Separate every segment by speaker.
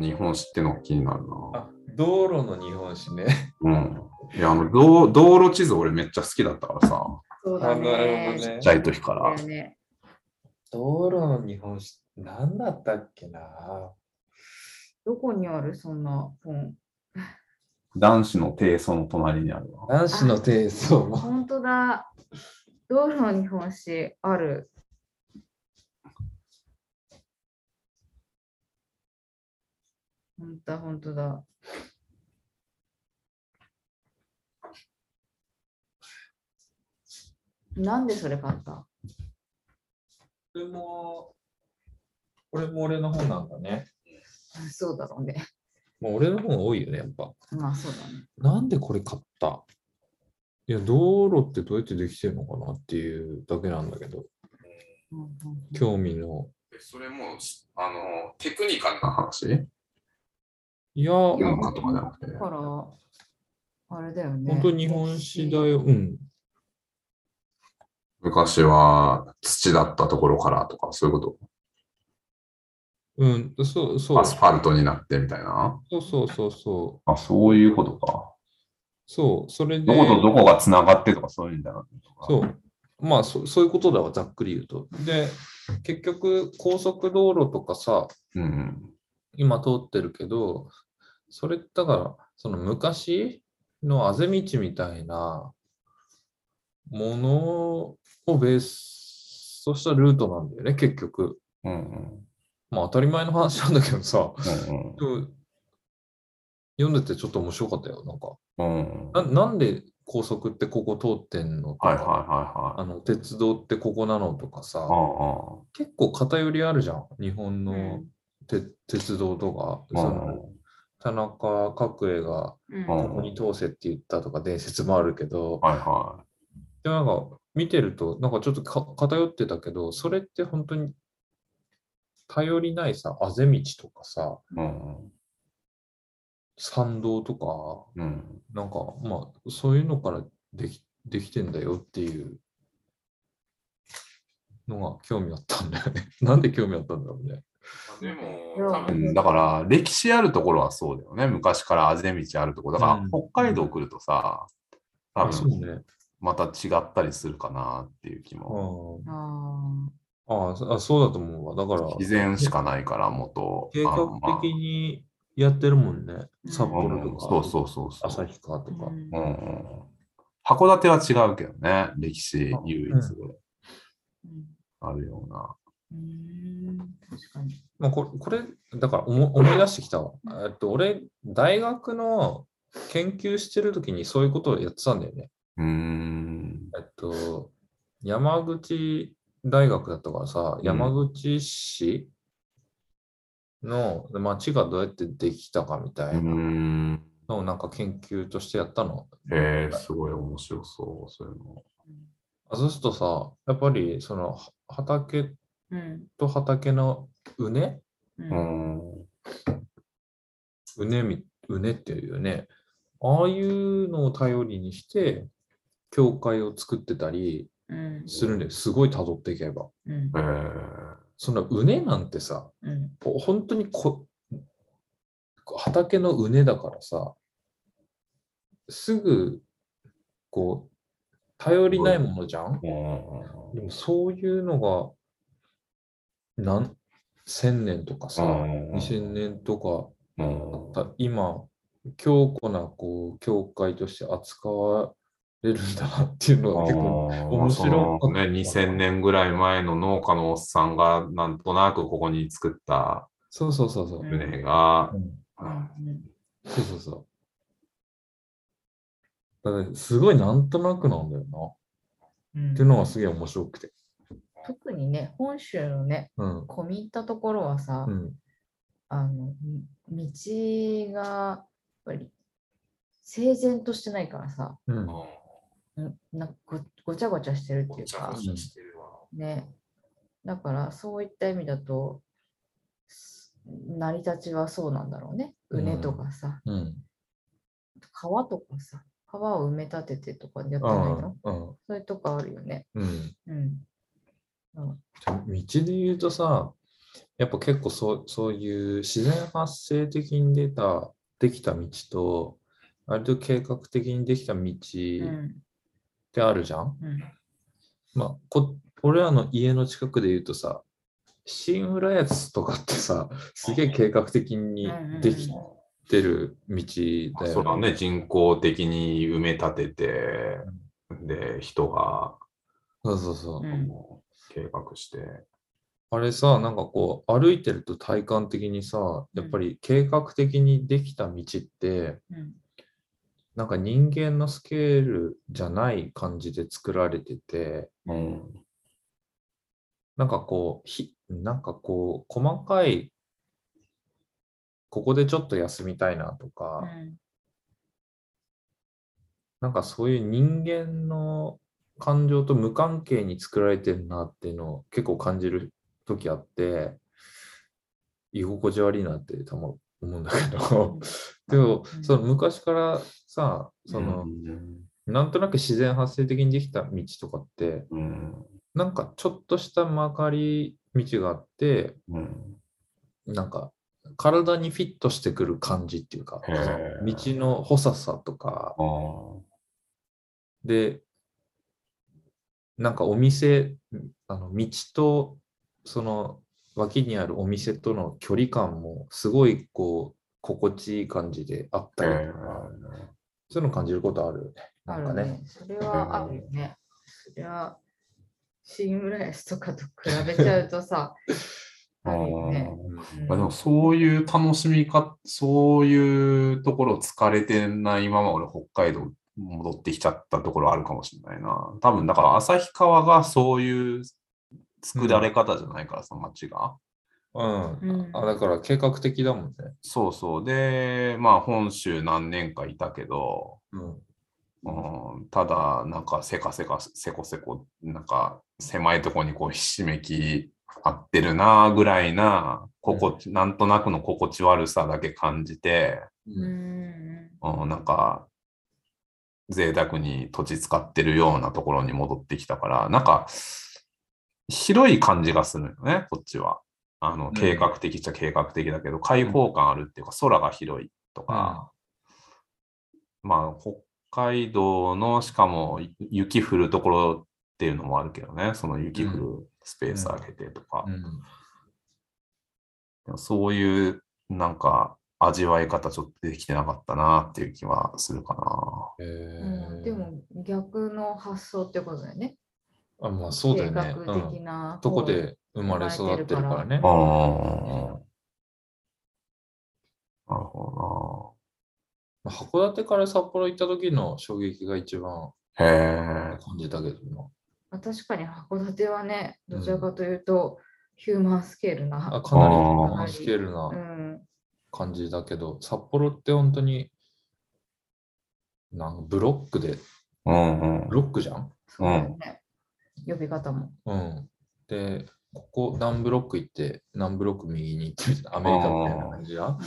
Speaker 1: 日本史ってのが気になるな。
Speaker 2: あ、道路の日本史ね。
Speaker 1: うん。いや、あの、道道路地図俺めっちゃ好きだったからさ、
Speaker 3: そう
Speaker 2: あ
Speaker 3: だ
Speaker 2: なるほ
Speaker 3: ね。
Speaker 2: ど
Speaker 1: ち
Speaker 2: ね
Speaker 1: っち。ゃい時から。
Speaker 3: だよね
Speaker 2: 道路の日本史、何だったっけな
Speaker 3: どこにあるそんな本。
Speaker 1: 男子の低層の隣にあるわ。
Speaker 2: 男子の低層も。
Speaker 3: 本当だ。道路の日本史ある。本当だ、本当だ。なんでそれ買った
Speaker 2: これも、これも俺の本なんだね。
Speaker 3: そうだろうね。
Speaker 2: もう俺の本多いよね、やっぱ。
Speaker 3: まあそうだね。
Speaker 2: なんでこれ買ったいや、道路ってどうやってできてるのかなっていうだけなんだけど、
Speaker 3: うんうんうん
Speaker 2: 興味の。
Speaker 1: それも、あの、テクニカルな話
Speaker 2: いや、
Speaker 1: 読むかとかじゃなくて。
Speaker 3: だから、あれだよね。
Speaker 2: 本当日本史だよ。うん。
Speaker 1: 昔は土だったところからとか、そういうこ
Speaker 2: うん。そうそ
Speaker 1: と。
Speaker 2: う。
Speaker 1: アスファルトになってみたいな。
Speaker 2: そうそうそうそう。
Speaker 1: あ、そういうことか。
Speaker 2: そう。それで、
Speaker 1: どことどこがつながってとか、そういうんじゃなくてとか。
Speaker 2: そう。まあそ、そういうことだわ、ざっくり言うと。で、結局、高速道路とかさ、
Speaker 1: うんうん。
Speaker 2: 今通ってるけど、それだから、その昔のあぜ道みたいなものをベースとしたルートなんだよね、結局。
Speaker 1: うんうん。
Speaker 2: まあ当たり前の話なんだけどさ、
Speaker 1: うん
Speaker 2: でも読んでてちょっと面白かったよ、なんか。
Speaker 1: うん。うん。はい
Speaker 2: ななんで高速ってここ通ってんのとか、
Speaker 1: はいはいはい。
Speaker 2: あの鉄道ってここなのとか
Speaker 1: あ
Speaker 2: さ、
Speaker 1: あ
Speaker 2: 結構偏りあるじゃん、日本
Speaker 3: う
Speaker 2: の
Speaker 3: ん
Speaker 2: て、鉄道とか、
Speaker 1: ああ、
Speaker 2: その田中角栄が
Speaker 3: うん
Speaker 1: うん
Speaker 2: ここに通せって言ったとか伝説もあるけど、
Speaker 1: はいは
Speaker 2: でもなんか見てると、なんかちょっとか偏ってたけど、それって本当に頼りないさ、あぜ道とかさ、
Speaker 1: い。うん
Speaker 2: 参道とか、
Speaker 1: うん。
Speaker 2: なんか、まあ、そういうのからできできてんだよっていうのが興味あったんだよね。 なんで興味あったんだろうね。
Speaker 1: で
Speaker 3: うん
Speaker 1: も、多分だから、歴史あるところはそうだよね。昔からあぜ道あるところ。だか
Speaker 2: うん
Speaker 1: ら、北海道来るとさ、多
Speaker 2: あそう
Speaker 1: 分
Speaker 2: ね。
Speaker 1: また違ったりするかなっていう気も。
Speaker 2: あ
Speaker 3: あ
Speaker 2: ーあそあ、そうだと思うわ。だから、
Speaker 1: 自然しかないから、元。
Speaker 2: 計
Speaker 1: あのま
Speaker 2: 画
Speaker 1: あ
Speaker 2: 的にやってるもんね。
Speaker 3: うん
Speaker 2: 札幌
Speaker 1: う
Speaker 2: と
Speaker 1: ん
Speaker 2: か、
Speaker 1: そうそうそうそう。
Speaker 2: 旭川と
Speaker 3: ー
Speaker 2: か。
Speaker 3: うん
Speaker 1: うんうん函館は違うけどね、歴史唯一
Speaker 3: うん
Speaker 1: あるような。
Speaker 3: うん確かに。
Speaker 2: まあ、これ、これだから思思い出してきたわ。えっと、俺、大学の研究してる時にそういうことをやってたんだよね。
Speaker 1: うーん。
Speaker 2: えっと、山口大学だったからさ、山口市の町がどうやってできたかみた
Speaker 1: う
Speaker 2: い
Speaker 1: ー。
Speaker 2: なんのをなんか研究としてやったの。
Speaker 1: えー、すごい面白そう、そういうの。
Speaker 2: あそうするとさ、やっぱりそのは畑
Speaker 3: うん。
Speaker 2: と畑の畝畝
Speaker 3: うん
Speaker 1: うーん。
Speaker 2: み畝っていうよね。ああいうのを頼りにして、教会を作ってたり
Speaker 3: うん
Speaker 2: するんだよ。すごい辿っていけば。
Speaker 3: うん
Speaker 1: えー、
Speaker 2: その畝なんてさ、
Speaker 3: うん
Speaker 2: ほ本当にこ畑の畝だからさ、すぐこう頼りないものじゃん。
Speaker 1: うんうん
Speaker 2: でもそういうのが何千年とかさ、
Speaker 1: うん
Speaker 2: 二千年と
Speaker 1: うんうん
Speaker 2: かた今強固なこう教会として扱われるんだなっていうのが結構。面白かった
Speaker 1: そのね、2000年ぐらい前の農家のおっさんがなんとなくここに作った
Speaker 2: そうそうそうそう。
Speaker 3: うん
Speaker 1: 船が、
Speaker 3: うん
Speaker 2: そうそうそう。だからすごいなんとなくなんだよな。
Speaker 3: うん
Speaker 2: っていうのがすげえ面白くて。
Speaker 3: 特にね、本州のね、
Speaker 2: うん。
Speaker 3: 込み入ったところはさ、
Speaker 2: うん。
Speaker 3: あのみ道がやっぱり整然としてないからさ、
Speaker 2: うん。
Speaker 3: んなんかごごちゃごちゃしてるって
Speaker 1: ご
Speaker 3: いう
Speaker 1: ちゃ
Speaker 3: か
Speaker 1: ご、ちゃしてるわ
Speaker 3: ね。だからそういった意味だと、す成り立ちはそうなんだろうね。
Speaker 2: う
Speaker 3: うんねとかさ、
Speaker 2: うん。
Speaker 3: 川とかさ、川を埋め立ててとかやってないの
Speaker 2: うん。
Speaker 3: そういうとこあるよね。
Speaker 2: うん。
Speaker 3: うん。
Speaker 2: 道で言うとさ、やっぱ結構そうそういう自然発生的に出た、できた道と、割と計画的にできた道っ
Speaker 3: ん
Speaker 2: てあるじゃん、
Speaker 3: うん
Speaker 2: まあこ、俺らの家の近くで言うとさ、新浦安とかってさ、すげえ計画的にできてる道
Speaker 1: まあ
Speaker 2: だ
Speaker 1: そ
Speaker 2: よ
Speaker 1: れはね、人工的に埋め立てて、で、人が
Speaker 2: そうそうそう。
Speaker 3: うん
Speaker 1: もう計画して、
Speaker 2: あれさ、なんかこう、歩いてると体感的にさ、やっぱり計画的にできた道って、
Speaker 3: うん
Speaker 2: なんか人間のスケールじゃない感じで作られてて、
Speaker 1: うん
Speaker 2: なんかこう、ひなんかこう、細かい、ここでちょっと休みたいなとか、なんかそういう人間の感情と無関係に作られてるなっていうのを結構感じる時あって、居心地悪いなってたま思うんだけど、でも
Speaker 3: う、ん
Speaker 2: その昔からさ、その、
Speaker 1: うん
Speaker 2: なんとなく自然発生的にできた道とかって、
Speaker 1: うん
Speaker 2: なんかちょっとした曲がり道があって、
Speaker 1: うん
Speaker 2: なんか体にフィットしてくる感じっていうか、
Speaker 1: へ
Speaker 2: そ
Speaker 1: ー
Speaker 2: の道の細さとか、
Speaker 1: あー
Speaker 2: で、なんかお店、あの道とその脇にあるお店との距離感もすごいこう心地いい感じであったりとか、そういうの感じることあるね。な
Speaker 3: あ
Speaker 2: んか
Speaker 3: る
Speaker 2: ね。
Speaker 3: ね。それはあるよね。そりゃ、新浦安とかと比べちゃうと さ、あるよね。
Speaker 2: うん
Speaker 1: まあでもそういう楽しみか、そういうところ疲れてないまま俺北海道戻ってきちゃったところあるかもしれないな。多分だから旭川がそういう作られ方じゃないからさ、街が。
Speaker 2: うん。
Speaker 3: うん
Speaker 2: あだから計画的だもんね。
Speaker 1: そうそう。で、まあ本州何年かいたけど、
Speaker 2: うん。
Speaker 1: うん、ただなんかせかせかせこせこ、なんか狭いとこにこうひしめき合ってるなぐらいな、心地なんとなくの心地悪さだけ感じて、
Speaker 3: う
Speaker 2: うん
Speaker 3: ん
Speaker 1: うん、なんか、贅沢に土地使ってるようなところに戻ってきたから、なんか、広い感じがするよね、こっちは。あの、
Speaker 2: ん
Speaker 1: 計画的っちゃ計画的だけど、開放感あるっていうか、空が広いとか、まあ、北海道の、しかもい雪降るところっていうのもあるけどね、その雪降るスペース空けてとか、
Speaker 2: うん
Speaker 1: でもそういう、なんか、味わい方ちょっとできてなかったなっていう気はするかな。
Speaker 2: え
Speaker 3: うん
Speaker 2: ー
Speaker 3: でも逆の発想ってことだよね。
Speaker 2: あ、まあそうだよね。
Speaker 3: 計
Speaker 2: う
Speaker 3: 画的
Speaker 2: ん。
Speaker 3: な
Speaker 2: とこ
Speaker 3: 方に
Speaker 2: で生まれ育ってるからね。
Speaker 1: ああ。なるほ
Speaker 2: まあ函館から札幌行った時の衝撃が一番
Speaker 1: どな。へえ。
Speaker 2: 感じたけどな。
Speaker 3: まあ確かに函館はね、どちらかというと、ヒューマンスケール
Speaker 2: あ
Speaker 3: な。
Speaker 2: かなり
Speaker 1: あ
Speaker 2: ハ
Speaker 1: ー
Speaker 2: マスケールな。
Speaker 3: うん、
Speaker 2: 感じだけど、札幌って本当に、なんかブロックで、
Speaker 1: うんうん
Speaker 2: ブ。ロックじゃん
Speaker 3: そうだよね。呼び方も。
Speaker 2: うん。で、ここ何ブロック行って、何ブロック右に行ってみたいな、アメリカみたいな感じじゃん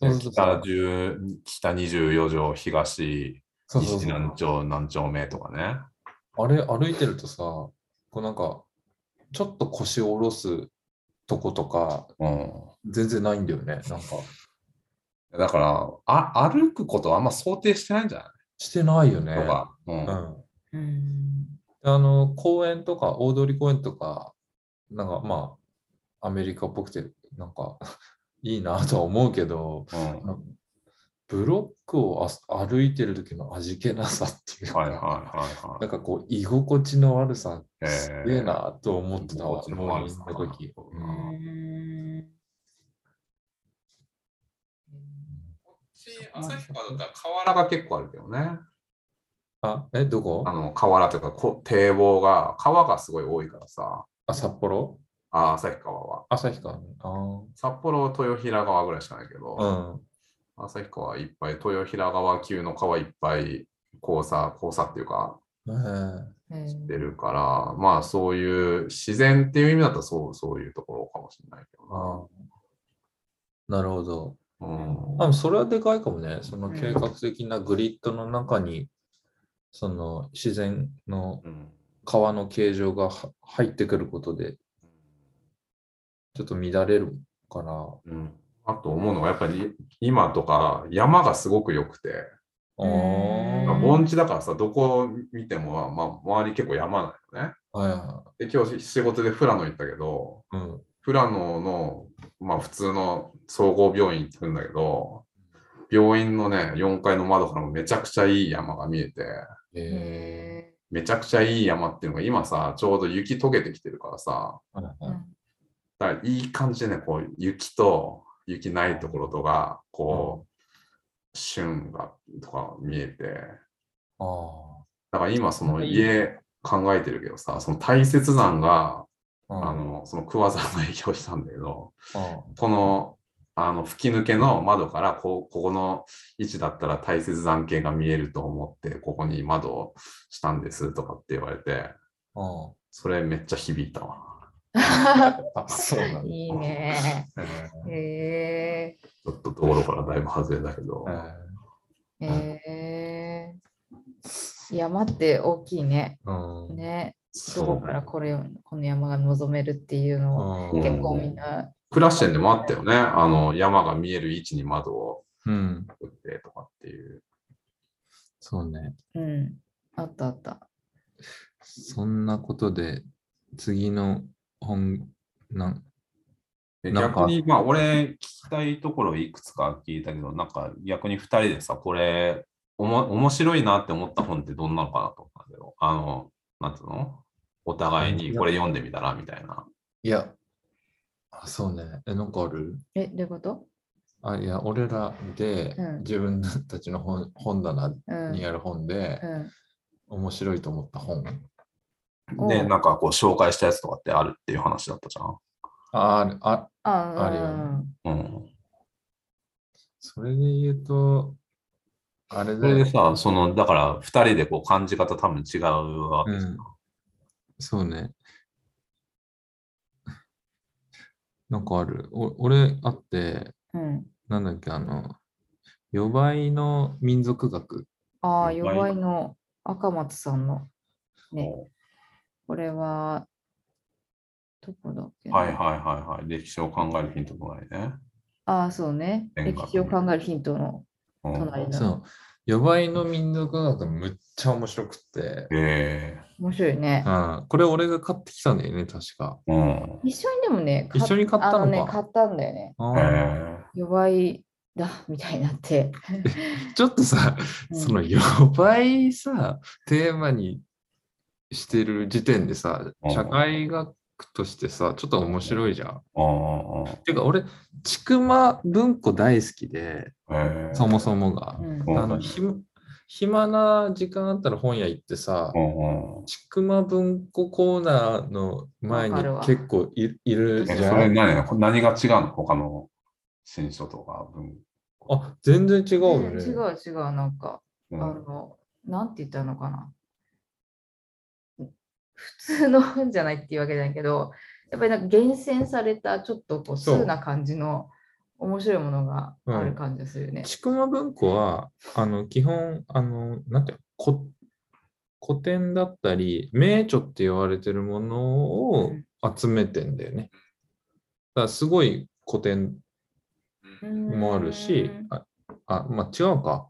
Speaker 2: そうそう
Speaker 1: 北十北24条、東、
Speaker 2: そうそう
Speaker 1: 西
Speaker 2: そう
Speaker 1: 南丁、南丁目とかね。
Speaker 2: あれ、歩いてるとさ、こうなんか、ちょっと腰を下ろすとことか、
Speaker 1: う
Speaker 2: 全然ないんだよね。なんか、
Speaker 1: ん。だから、あ歩くことはあんま想定してないんじゃない
Speaker 2: してないよね。
Speaker 1: とか。うん
Speaker 2: うん。
Speaker 3: うん。
Speaker 2: あの、公園とか、大通公園とか、なんかまあ、アメリカっぽくて、なんか、いいなとは思うけど、
Speaker 1: うん
Speaker 2: ブロックをあ歩いてる時の味気なさっていうか、
Speaker 1: はいはいはい
Speaker 2: な
Speaker 1: は
Speaker 2: んかこう、居心地の悪さ、
Speaker 1: えー
Speaker 2: すげえなと思ってたわ、
Speaker 1: 居心地の悪さ
Speaker 2: 浪人の時。
Speaker 3: うーん
Speaker 1: い。旭川だったら河原が結構あるけどね。
Speaker 2: あ、え、どこ
Speaker 1: あの河原というかこ堤防が、川がすごい多いからさ、
Speaker 2: あ、札幌
Speaker 1: あ旭川は。
Speaker 2: 旭川ね。あ
Speaker 1: 札幌、豊平川ぐらいしかないけど、
Speaker 2: あ。うん。
Speaker 1: 旭川いっぱい、豊平川級の川いっぱい交差、交差っていうか、
Speaker 2: えー
Speaker 3: え
Speaker 1: 出
Speaker 3: ー
Speaker 1: るから、まあそういう自然っていう意味だとそう、そういうところかもしれないけ
Speaker 2: あ
Speaker 1: ど
Speaker 2: ーなるほど。
Speaker 1: な。うん。
Speaker 2: あそれはでかいかもね。その
Speaker 3: うん
Speaker 2: 計画的なグリッドの中に、その自然の
Speaker 1: うん
Speaker 2: 川の形状がは入ってくることで、ちょっと乱れるから、
Speaker 1: うん、あと思うのはやっぱり今とか山がすごく良くて、
Speaker 2: あ
Speaker 3: う
Speaker 1: まあ
Speaker 3: ーん
Speaker 1: 盆地だからさどこを見ても、まあ、周り結構山なのね。
Speaker 2: あ、はいは
Speaker 1: で今日仕事で富良野行ったけど
Speaker 2: い。うん。
Speaker 1: 富良野の、まあ、普通の総合病院行くんだけど病院のね4階の窓からもめちゃくちゃいい山が見えて
Speaker 2: え
Speaker 3: へ
Speaker 1: めちゃくちゃいい山っていうのが今さちょうど雪溶けてきてるからさ
Speaker 2: ーはい
Speaker 3: ー
Speaker 2: はい
Speaker 1: だからいい感じでねこう雪と雪ないところとかこう旬がとか見えて
Speaker 2: あー
Speaker 1: だから今その
Speaker 2: はい
Speaker 1: 家考えてるけどさその大雪山が
Speaker 2: うん
Speaker 1: あのその桑沢の影響したんだけど
Speaker 2: あ
Speaker 1: このあの吹き抜けの窓からこうここの位置だったら大雪山系が見えると思ってここに窓をしたんですとかって言われて
Speaker 2: ああ
Speaker 1: それめっちゃ響いたわ。
Speaker 2: あ、そうなんだ。
Speaker 3: うんいいね。
Speaker 2: え
Speaker 3: へ
Speaker 1: ちょっと道路からだいぶ外れだけど
Speaker 2: ー。え
Speaker 3: ーへー山って大きいね。
Speaker 2: ーうん
Speaker 3: ね。
Speaker 1: そ
Speaker 3: どこからこれこの山が望めるっていうのは
Speaker 2: うん
Speaker 3: 結構みんな。
Speaker 1: クラッシェンでもあったよね。あの、山が見える位置に窓を
Speaker 2: うん、
Speaker 1: 打ってとかっていう。
Speaker 2: そうね。
Speaker 3: うん。あったあった。
Speaker 2: そんなことで、次の本、なん、
Speaker 1: で
Speaker 2: なんか
Speaker 1: 逆に、まあ、俺、聞きたいところいくつか聞いたけど、なんか逆に2人でさ、これ、おも面白いなって思った本ってどんなのかなと思ったんだけど、あの、なんつうのお互いにこれ読んでみたらみたいな。
Speaker 2: いや、あ、そうね。え、なんかある
Speaker 3: え、どういうこと
Speaker 2: あ、いや、俺らで
Speaker 3: うん
Speaker 2: 自分たちの本本棚
Speaker 3: うん。
Speaker 2: にある本で、
Speaker 3: うん
Speaker 2: 面白いと思った本。
Speaker 3: おう
Speaker 1: で、なんかこう、紹介したやつとかってあるっていう話だったじゃ
Speaker 2: あ、あるあ、
Speaker 3: あ
Speaker 2: あるよ
Speaker 1: ん。うん。
Speaker 2: それで言うと、あれ
Speaker 1: そ
Speaker 2: だ
Speaker 1: れ
Speaker 2: よ
Speaker 1: で。さ、その、だから2人でこう、感じ方多分違うわけじゃん。
Speaker 2: そうね。なんかある。お俺、あって、
Speaker 3: うん。うん。
Speaker 2: なんだっけ、あの、予売の民族学。
Speaker 3: ああ、
Speaker 1: 弱い
Speaker 3: 弱いの赤松さんの。ね。これは、どこだっけな
Speaker 1: はいはいはいはい。歴史を考えるヒントもないね。
Speaker 3: ああ、そうね。
Speaker 1: 勉
Speaker 3: 歴
Speaker 1: 学
Speaker 3: 史を考えるヒントの
Speaker 1: うん
Speaker 3: 隣
Speaker 2: そ
Speaker 3: の。
Speaker 2: の、予売の民族学、むっちゃ面白く
Speaker 1: へ
Speaker 2: て、
Speaker 1: え
Speaker 3: 面白いね
Speaker 2: う。ん、これ俺が買ってきたんだよね、確か。
Speaker 1: うん。
Speaker 3: 一緒にでもね、
Speaker 2: 一緒に買った
Speaker 3: あ
Speaker 2: のか
Speaker 3: のね、買ったんだよね。
Speaker 2: あ
Speaker 1: へ
Speaker 2: ー
Speaker 1: え
Speaker 3: 弱いだ、みたいになって。
Speaker 2: ちょっとさ、
Speaker 3: う ん
Speaker 2: その 予売さ、テーマにしてる時点でさ
Speaker 1: う、ん
Speaker 2: 社会学としてさ、ちょっと面白いじゃん。
Speaker 1: うんうんうん。
Speaker 2: てか俺、ちくま文庫大好きで、
Speaker 1: へえ
Speaker 2: そもそもが
Speaker 3: う。ん
Speaker 1: うん
Speaker 2: あのひ暇な時間あったら本屋行ってさ
Speaker 1: う、んうん。
Speaker 2: ちくま文庫コーナーの前に
Speaker 3: わかるわ
Speaker 2: 結構いいるじ
Speaker 1: え、
Speaker 2: ゃ
Speaker 1: それ
Speaker 2: ん。
Speaker 1: 何何が違うの他の新書とか文
Speaker 2: あ、全然違うよ
Speaker 3: 違
Speaker 2: ね。
Speaker 3: う違う、なんか、
Speaker 1: う
Speaker 3: あ
Speaker 1: ん
Speaker 3: の、なんて言ったのかな。普通の本じゃないっていうわけじゃないけど、やっぱりなんか厳選された、ちょっとこう、
Speaker 2: そう
Speaker 3: 通な感じの面白いものがある感じがするよね。
Speaker 2: ちくま文庫は、あの、基本、あの、なんていうのこ古典だったり、名著って言われてるものを集めてんだよね。だからすごい古典もあるし、あ、あまあ違うか。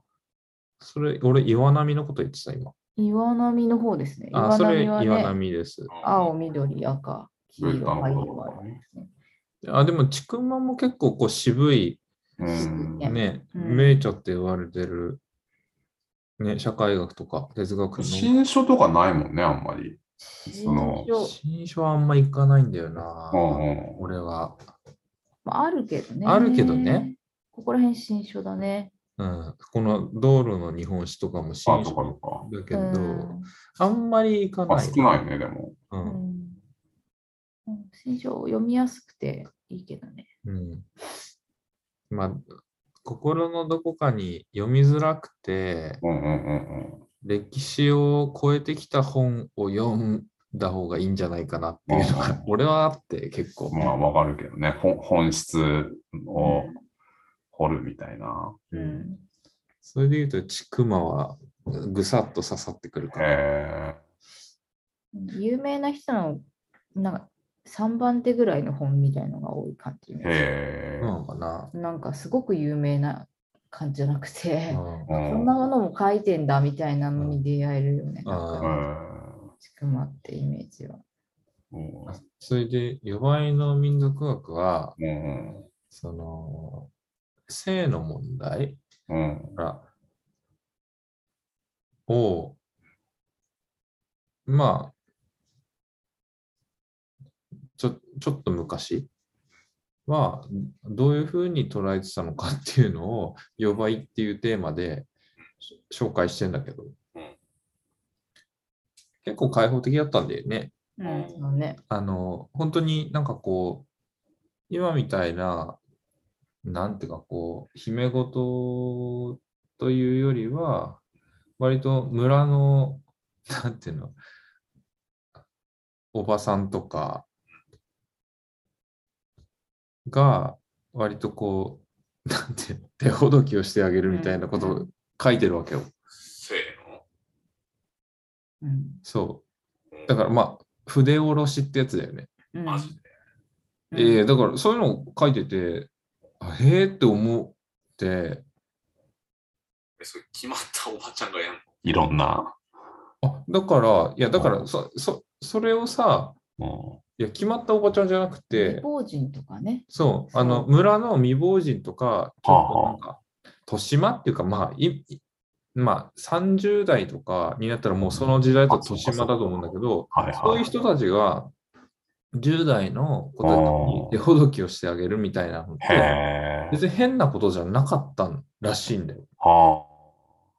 Speaker 2: それ、俺、岩波のこと言ってた、今。
Speaker 3: 岩波の方ですね。
Speaker 2: あ、それ、
Speaker 3: はね
Speaker 2: 岩波です。
Speaker 3: 青、緑、赤、黄色、灰色あるんですね。
Speaker 2: あ、でも、ちくまも結構こう渋い、
Speaker 1: うん。
Speaker 3: ね
Speaker 2: ね、
Speaker 3: うん
Speaker 2: 名著って言われてる、ね、社会学とか哲学の。
Speaker 1: 新書とかないもんね、あんまり。その
Speaker 3: 新書
Speaker 2: 新書はあんま行かないんだよな
Speaker 1: う、んうん。
Speaker 2: 俺は。
Speaker 3: まあ、あるけどね。
Speaker 2: あるけどね。
Speaker 3: ここら辺新書だね。
Speaker 2: うん、この道路の日本史とかも
Speaker 1: あ、
Speaker 2: 新
Speaker 1: とかと
Speaker 2: 書
Speaker 1: か。
Speaker 2: だけど、
Speaker 3: うん
Speaker 2: あんまり行か
Speaker 1: あ、
Speaker 2: ない。
Speaker 1: 少ないね、でも。
Speaker 2: う
Speaker 3: うんんうん新書読みやすくていいけどね。
Speaker 2: うんまあ、心のどこかに読みづらくて、
Speaker 1: うんうんうん
Speaker 2: 歴史を超えてきた本を読んだ方がいいんじゃないかなっていう
Speaker 1: うんう
Speaker 2: のが
Speaker 1: ん、
Speaker 2: 俺はあって結構。
Speaker 1: うん。まあ、わかるけどね。本本質を
Speaker 3: うん
Speaker 1: 掘るみたいな。
Speaker 3: う
Speaker 2: うん
Speaker 3: ん
Speaker 2: それで言うと、ちくまはぐさっと刺さってくるから。
Speaker 1: へえ。
Speaker 3: 有名な人のなんか3番手ぐらいの本みたいのが多い感じね。
Speaker 1: へえ。
Speaker 2: なのかな。
Speaker 3: なんかすごく有名な感じじゃなくて、
Speaker 2: うん
Speaker 1: う
Speaker 3: こんなものも書いてんだみたいなのに出会えるよね。
Speaker 2: うん
Speaker 3: なん
Speaker 1: へ
Speaker 3: か、
Speaker 1: ー
Speaker 3: ちくまってイメージは。
Speaker 1: うん
Speaker 2: それで、予売の民族学は、
Speaker 1: うん
Speaker 2: その、性の問題
Speaker 1: うん
Speaker 2: が、を、まあ、ちょちょっと昔は、どういうふうに捉えてたのかっていうのを、予売っていうテーマでし紹介してんだけど
Speaker 1: うん、
Speaker 2: 結構開放的だったんだよね。
Speaker 3: うん、そうね。
Speaker 2: あの、本当になんかこう、今みたいな、なんていうかこう、姫事というよりは、割と村の、なんていうの、おばさんとかが、割とこう、なんていうの、手ほどきをしてあげるみたいなことを書いてるわけよ。
Speaker 1: せ
Speaker 3: うん。
Speaker 2: そう。
Speaker 1: ーの
Speaker 2: だからまあ、筆下ろしってやつだよね。
Speaker 3: うん
Speaker 1: マジで。
Speaker 3: うん
Speaker 2: ええだからそういうのを書いてて、あへえって思って、
Speaker 1: えそれ決まったおばちゃんがやんのいろんな。
Speaker 2: あ、だから、いや、だからそ、そ、それをさ、
Speaker 1: うん
Speaker 2: いや、決まったおばちゃんじゃなく
Speaker 3: 未
Speaker 2: て、
Speaker 3: 亡人とかね。
Speaker 2: そう、あの、
Speaker 3: そう
Speaker 2: 村の未亡人とか、ちょっとなんか、豊島っていうか、まあ、い、いまあ、30代とかになったらもうその時代だと
Speaker 1: あそう
Speaker 2: 豊
Speaker 1: かそうか
Speaker 2: 島だと思うんだけど、
Speaker 1: はい
Speaker 2: そ
Speaker 1: は
Speaker 2: ういう
Speaker 1: い。
Speaker 2: 人たちが、10代の子たちに手ほどきをしてあげるみたいなのっ
Speaker 1: へ
Speaker 2: て、
Speaker 1: え。
Speaker 2: 別に変なことじゃなかったらしいんだよ。
Speaker 1: は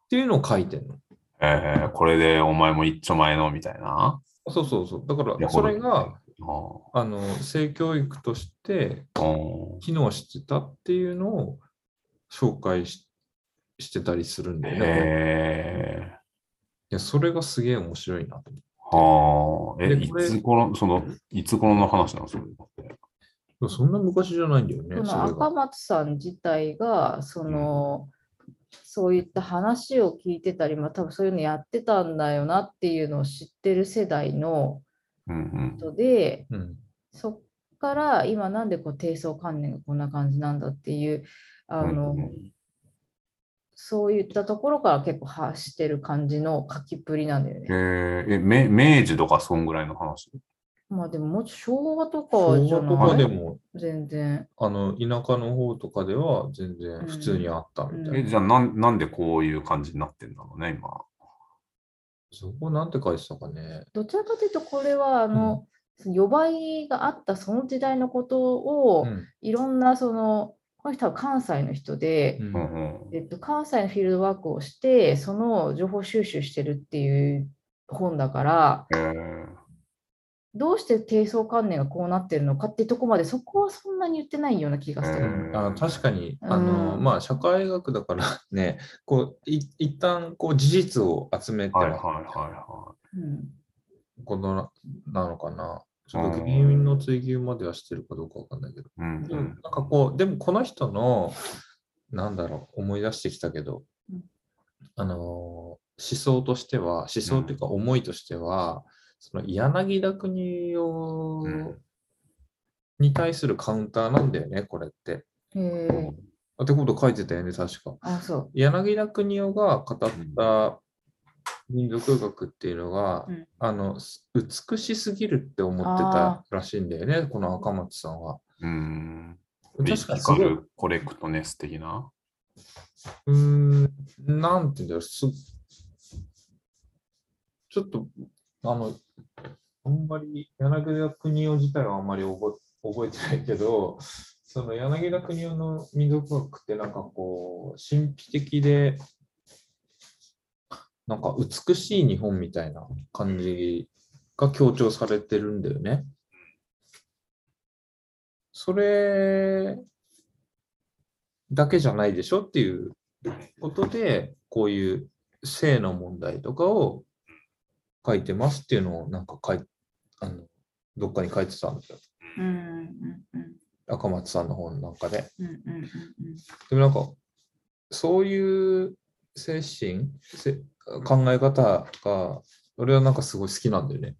Speaker 2: っていうのを書いてんの。
Speaker 1: あ。えー、これでお前も一丁前のみたいな。
Speaker 2: そうそうそう。だか
Speaker 1: いや
Speaker 2: ら、それが、、
Speaker 1: ほ
Speaker 2: あの、性教育として
Speaker 1: らうん
Speaker 2: 機能してたっていうのを紹介ししてたりするんだよね。
Speaker 1: へえ。
Speaker 2: いや、それがすげえ面白いなと思
Speaker 1: はあ。え、
Speaker 2: で
Speaker 1: い
Speaker 2: これ
Speaker 1: つ頃、その、いつ頃の話なのそれって。
Speaker 2: って。そんな昔じゃないんだよね、
Speaker 3: こ
Speaker 2: そ
Speaker 3: の
Speaker 2: れ
Speaker 3: 赤
Speaker 2: が。
Speaker 3: 松さん自体が、その、そういった話を聞いてたり、まあ多分そういうのやってたんだよなっていうのを知ってる世代の
Speaker 1: うん
Speaker 3: 人で、
Speaker 2: うん。
Speaker 3: そっから今なんでこう低層観念がこんな感じなんだっていう、
Speaker 1: うん。
Speaker 3: あの、
Speaker 1: うん
Speaker 3: そういったところから結構発してる感じの書きっぷりなんだよ
Speaker 1: へ
Speaker 3: ね。
Speaker 1: ええ、め明治とかそんぐらいの話。
Speaker 3: まあでももうちょ昭和とか
Speaker 2: 昭
Speaker 3: じゃ
Speaker 2: 和とか
Speaker 3: な
Speaker 2: で
Speaker 3: い
Speaker 2: も、
Speaker 3: 全然。
Speaker 2: あの、田舎の方とかでは全然普通にあったみたいな。
Speaker 3: うん
Speaker 1: え、じゃあなんなんでこういう感じになってんだろうね、今。
Speaker 2: そこなんて書いてたかね。
Speaker 3: どちらかというとこれはあの、その予売があったその時代のことを、
Speaker 2: うん
Speaker 3: いろんなそのこの人は関西の人で、
Speaker 2: うん
Speaker 1: うんうん。
Speaker 3: えっと、関西のフィールドワークをしてその情報収集してるっていう本だから
Speaker 1: へえ
Speaker 3: どうして低層観念がこうなってるのかってとこまでそこはそんなに言ってないような気がす
Speaker 1: う
Speaker 3: る。
Speaker 1: ん
Speaker 2: あの確かに、
Speaker 3: うん
Speaker 2: あのまあ、社会学だから ね、こうい一旦こう事実を集めて
Speaker 1: はいはい
Speaker 2: は
Speaker 1: は
Speaker 3: うん
Speaker 2: ことななのかな。ちょっと
Speaker 1: うん
Speaker 2: 原因の追求まではしてるかどうかわかんないけど、
Speaker 1: いはい。うんう
Speaker 2: なんんかこう、でもこの人の、なんだろう、思い出してきたけど
Speaker 3: うん、
Speaker 2: あの思想としては、思想というか思いとしては、その柳田国を、
Speaker 1: うん
Speaker 2: に対するカウンターなんだよね、これって。
Speaker 3: へえ
Speaker 2: あってこと書いてたよね、確か。
Speaker 3: あそう。
Speaker 2: 柳田国男が語った民族学っていうのが、
Speaker 3: うん
Speaker 2: あのす美しすぎるって思ってたらしいんだよね、この赤松さんは。
Speaker 1: うん。リ
Speaker 2: 確
Speaker 1: テ
Speaker 2: かに
Speaker 1: ィ
Speaker 2: す
Speaker 1: カ
Speaker 2: ごい、う
Speaker 1: ルコレクトネス的な。
Speaker 2: ーん、なんていうんだろう、すちょっと、あの、あんまり柳田国男自体はあんまり覚え覚えてないけど、その柳田国男の民族学ってなんかこう、神秘的で、なんか美しい日本みたいな感じが強調されてるんだよね。それだけじゃないでしょっていうことで、こういう性の問題とかを書いてますっていうのをなんか書いあのどっかに書いてたんですよ。
Speaker 3: うんうんうん
Speaker 2: 赤松さんの本なんかで。
Speaker 3: うんうんうんうん
Speaker 2: でもなんか、そういう精神、せ考え方が、俺はなんかすごい好きなんだよね。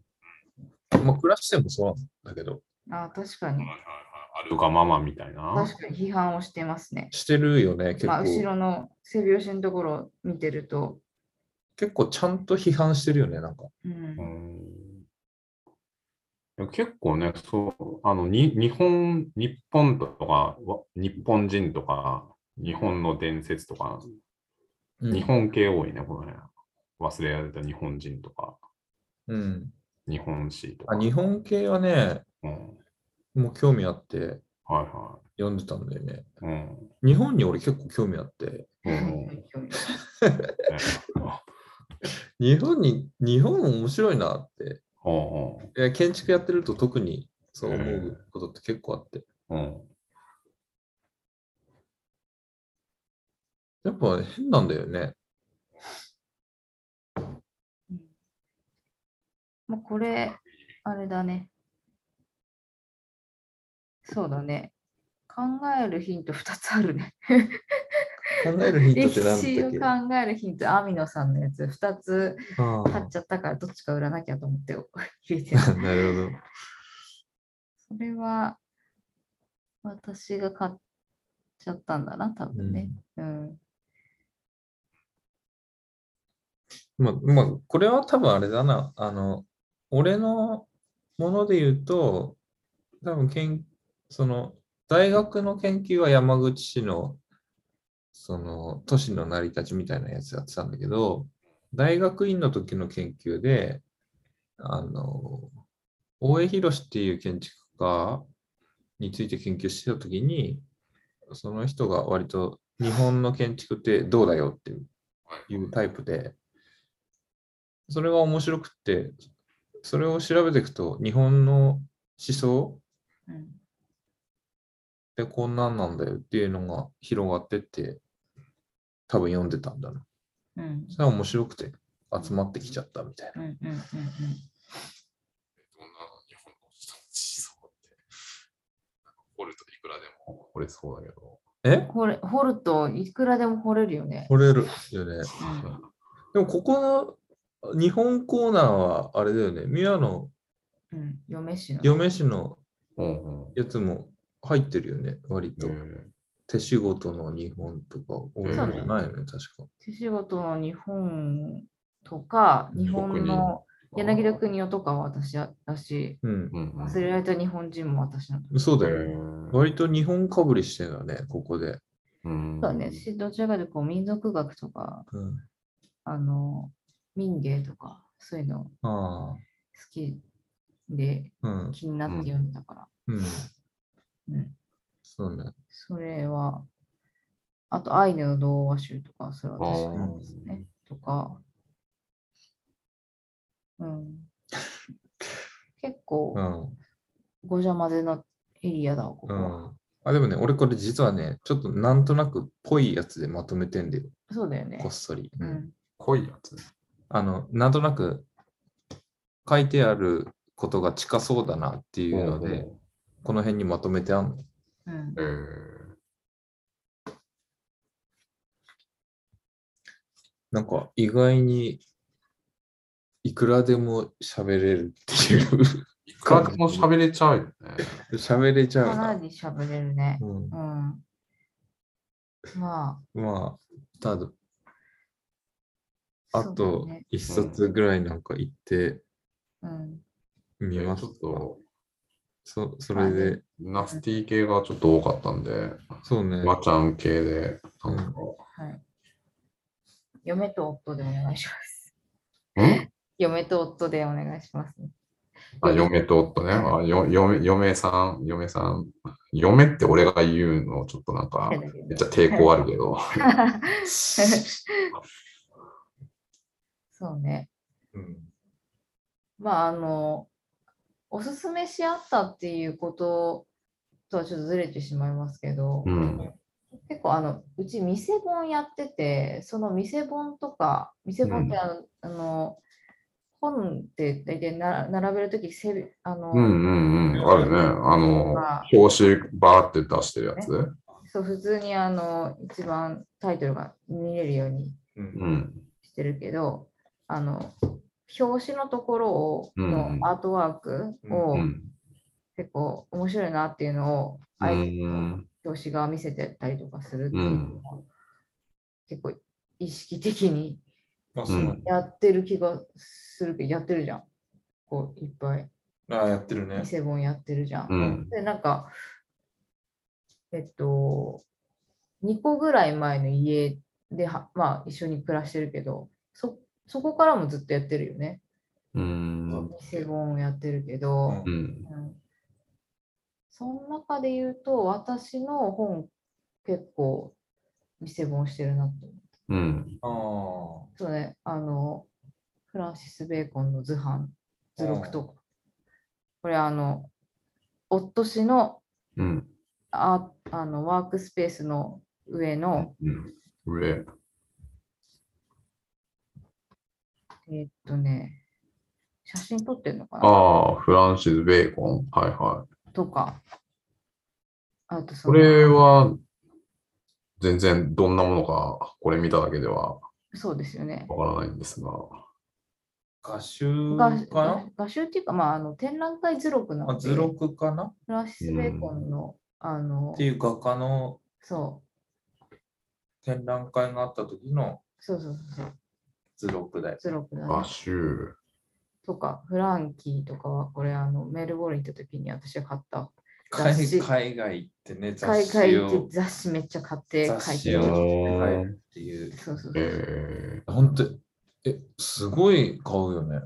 Speaker 2: まあ、暮らしてもそうなんだけど、
Speaker 3: あ確かに。
Speaker 1: あるがままみたいな。
Speaker 3: 確かに批判をしてますね。
Speaker 2: してるよね、結
Speaker 3: まあ、後
Speaker 2: 構。
Speaker 3: ろの背拍子のところを見てると、
Speaker 2: 結構ちゃんと批判してるよね、なんか。
Speaker 3: うん
Speaker 1: うんいや結構ね、そう、あの、に日本、日本とか、わ日本人とか、日本の伝説とか、
Speaker 2: うん
Speaker 1: 日。本系多いね、この辺。忘れられた日本人とか、
Speaker 2: うん。
Speaker 1: 日本史とか。
Speaker 2: あ、日本系はね、
Speaker 1: うん、
Speaker 2: もう興味あって
Speaker 1: はいは
Speaker 2: 読んでたんだよね。
Speaker 1: い。うん。
Speaker 2: 日本に俺結構興味あって。
Speaker 1: うん。ね
Speaker 2: 日本に、日本面白いなって。
Speaker 1: うん
Speaker 2: いや建築やってると特にそう思
Speaker 1: へえ
Speaker 2: うことって結構あって。
Speaker 1: うん。
Speaker 2: やっぱ変なんだよね。
Speaker 3: まあ、これ、あれだね。そうだね。考えるヒント2つあるね。
Speaker 2: 考えるヒント
Speaker 3: 歴
Speaker 2: って何
Speaker 3: 史
Speaker 2: だ
Speaker 3: を
Speaker 2: っけ
Speaker 3: 考えるヒント、アミノさんのやつ2つ
Speaker 2: あ
Speaker 3: 買っちゃったから、どっちか売らなきゃと思って 入れてる。
Speaker 2: あ なるほど。
Speaker 3: それは、私が買っちゃったんだな、多分ね。うん。
Speaker 2: まあ、まあ、これは多分あれだな。あの、俺のもので言うと、多分けん、その、大学の研究は山口市の、その、都市の成り立ちみたいなやつやってたんだけど、大学院の時の研究で、あの、大江博っていう建築家について研究してた時に、その人が割と日本の建築ってどうだよっていうタイプで、それが面白くって、それを調べていくと、日本の思想
Speaker 3: うん
Speaker 2: ってこんなんなんだよっていうのが広がってって、多分読んでたんだな。
Speaker 3: うん
Speaker 2: それは面白くて集まってきちゃったみたい
Speaker 3: うんうんうんうん
Speaker 1: どんな日本の人の思想って、なんか掘るといくらでも掘れそうだけど。
Speaker 2: な。え
Speaker 3: 掘れ掘るといくらでも掘れるよね。
Speaker 2: 掘れるよね。
Speaker 3: うん
Speaker 2: でもここの日本コーナーはあれだよね。宮野、
Speaker 3: うん、嫁氏の。
Speaker 2: 嫁氏の
Speaker 1: うんうん。
Speaker 2: やつも入ってるよね、割と。
Speaker 1: うん
Speaker 2: 手仕事の日本とか多いんじゃないよね、確か。
Speaker 3: 手仕事の日本とか、日本の柳田国夫とかは私だし、
Speaker 2: うん。
Speaker 1: うんうん。
Speaker 3: 忘れられた日本人も私なんだ。
Speaker 2: そうだよね。
Speaker 1: う
Speaker 2: 割と日本かぶりしてるよね、ここで。
Speaker 1: ん。
Speaker 3: そうだね、しどちらかというとこう民族学とか、
Speaker 2: うん、
Speaker 3: あの、民芸とか、そういうの好
Speaker 2: あ
Speaker 3: きで
Speaker 2: あ、うん、
Speaker 3: 気になって読んだから、
Speaker 2: うん、
Speaker 3: うん
Speaker 2: そうね。
Speaker 3: それは、あと、アイヌの童話集とか、それは私
Speaker 1: あ
Speaker 3: なん
Speaker 1: ー
Speaker 3: ですね。とか、うん。結構
Speaker 2: う、ん、
Speaker 3: ごじゃ混ぜのエリアだわ、ここ
Speaker 2: う
Speaker 3: は。
Speaker 2: ん。あ、でもね、俺これ実はね、ちょっとなんとなくっぽいやつでまとめてんだよ、
Speaker 3: そうだよね
Speaker 2: こっ。そり。
Speaker 3: う
Speaker 2: うん
Speaker 3: ん。
Speaker 1: 濃いやつ。
Speaker 2: あの、なんとなく書いてあることが近そうだなっていうので、この辺にまとめてあんの。
Speaker 3: うん
Speaker 1: え。え
Speaker 2: なんか意外にいくらでも喋れるっていう。
Speaker 1: いくらでも喋れちゃうよね。
Speaker 2: 喋れちゃ
Speaker 3: か
Speaker 2: う
Speaker 3: な
Speaker 2: な。
Speaker 3: り喋れるね。
Speaker 2: うん
Speaker 3: うん。ま
Speaker 2: まあ、ただ、
Speaker 3: あ、
Speaker 2: あ
Speaker 3: そう
Speaker 2: と
Speaker 3: だね
Speaker 2: 一冊ぐらいなんか行って
Speaker 3: うん。
Speaker 2: みます
Speaker 1: ちょっと、
Speaker 2: そそれで、
Speaker 1: ナスティ系がちょっと多かったんで、
Speaker 2: そうね。
Speaker 1: マちゃん系で、なんか、
Speaker 3: はい。嫁と夫でお願いします。
Speaker 1: ん
Speaker 3: 嫁と夫でお願いします、ね。
Speaker 1: あ嫁と夫ねあよ嫁。嫁さん、嫁さん。嫁って俺が言うの、ちょっとなんか、めっちゃ抵抗あるけど。
Speaker 3: そうね。
Speaker 2: うん
Speaker 3: まあ、あの、おすすめし合ったっていうこととはちょっとずれてしまいますけど、
Speaker 1: うん。
Speaker 3: 結構あのうち店本やっててその店本とか店本ってあの,、あの本って大体な並べるときせあの、
Speaker 1: うんうんうん。あるね。あの、表紙バーって出してるやつ。
Speaker 3: そう普通にあの一番タイトルが見れるように
Speaker 2: うん
Speaker 1: うん。
Speaker 3: してるけどあの表紙のところを
Speaker 1: うんうん
Speaker 3: のアートワーク
Speaker 1: う
Speaker 3: を
Speaker 1: ん。
Speaker 3: 結構面白いなっていうのを、
Speaker 1: う
Speaker 3: ああいうの
Speaker 1: ん。
Speaker 3: 教師が見せてたりとかするっていううんのは、結構意識的に
Speaker 2: あ、そうなんだ
Speaker 3: やってる気がするけど、やってるじゃん。こういっぱい
Speaker 2: あ、やってるね。
Speaker 3: 偽本やってるじゃん。
Speaker 1: うん。
Speaker 3: で、なんか、えっと、2個ぐらい前の家では、まあ、一緒に暮らしてるけど、そそこからもずっとやってるよね。
Speaker 1: うん。
Speaker 3: 偽本をやってるけど、
Speaker 2: うん
Speaker 1: うん。
Speaker 3: うんその中で言うと、私の本、結構、偽本してるなって思う。
Speaker 1: うん。
Speaker 2: ああ。
Speaker 3: そうね、あの、フランシス・ベーコンの図版、図録とか。これ、あの、夫氏の
Speaker 1: うん。
Speaker 3: ああのワークスペースの上の、
Speaker 1: うん。上。
Speaker 3: えーっとね、写真撮ってんのかな
Speaker 1: ああ、フランシス・ベーコン。はいはい。
Speaker 3: とか。あとそ
Speaker 1: こ
Speaker 3: の
Speaker 1: れは、全然どんなものか、これ見ただけでは
Speaker 3: そうですよね。
Speaker 1: わからないんですが。
Speaker 2: 画集
Speaker 3: が
Speaker 2: か
Speaker 3: 画集っていうか、まあ、あの展覧会図録な
Speaker 2: なあ、
Speaker 3: ので、
Speaker 2: 図
Speaker 3: フ
Speaker 2: 録かな
Speaker 3: ランシス・ベーコンの、あの
Speaker 2: って、いう画家の
Speaker 3: そ
Speaker 2: 展覧会があった時の
Speaker 3: う、そうそうそうそう、
Speaker 2: 図録だよ。
Speaker 3: 図録なの
Speaker 1: 画集。
Speaker 3: とか、フランキーとかは、これ、あの、メルボルン行った時に私が買った、
Speaker 2: 海
Speaker 3: 雑誌
Speaker 2: 海外行ってね、雑
Speaker 3: 海外
Speaker 2: 誌
Speaker 3: 行って
Speaker 2: を
Speaker 3: 雑誌めっちゃ買って
Speaker 2: 雑
Speaker 3: 書い
Speaker 2: 誌
Speaker 3: て
Speaker 2: を
Speaker 3: る
Speaker 1: 買。
Speaker 2: 持って帰るっていう。
Speaker 3: そうそうそう。
Speaker 1: え
Speaker 2: 本当え、すごい買うよね。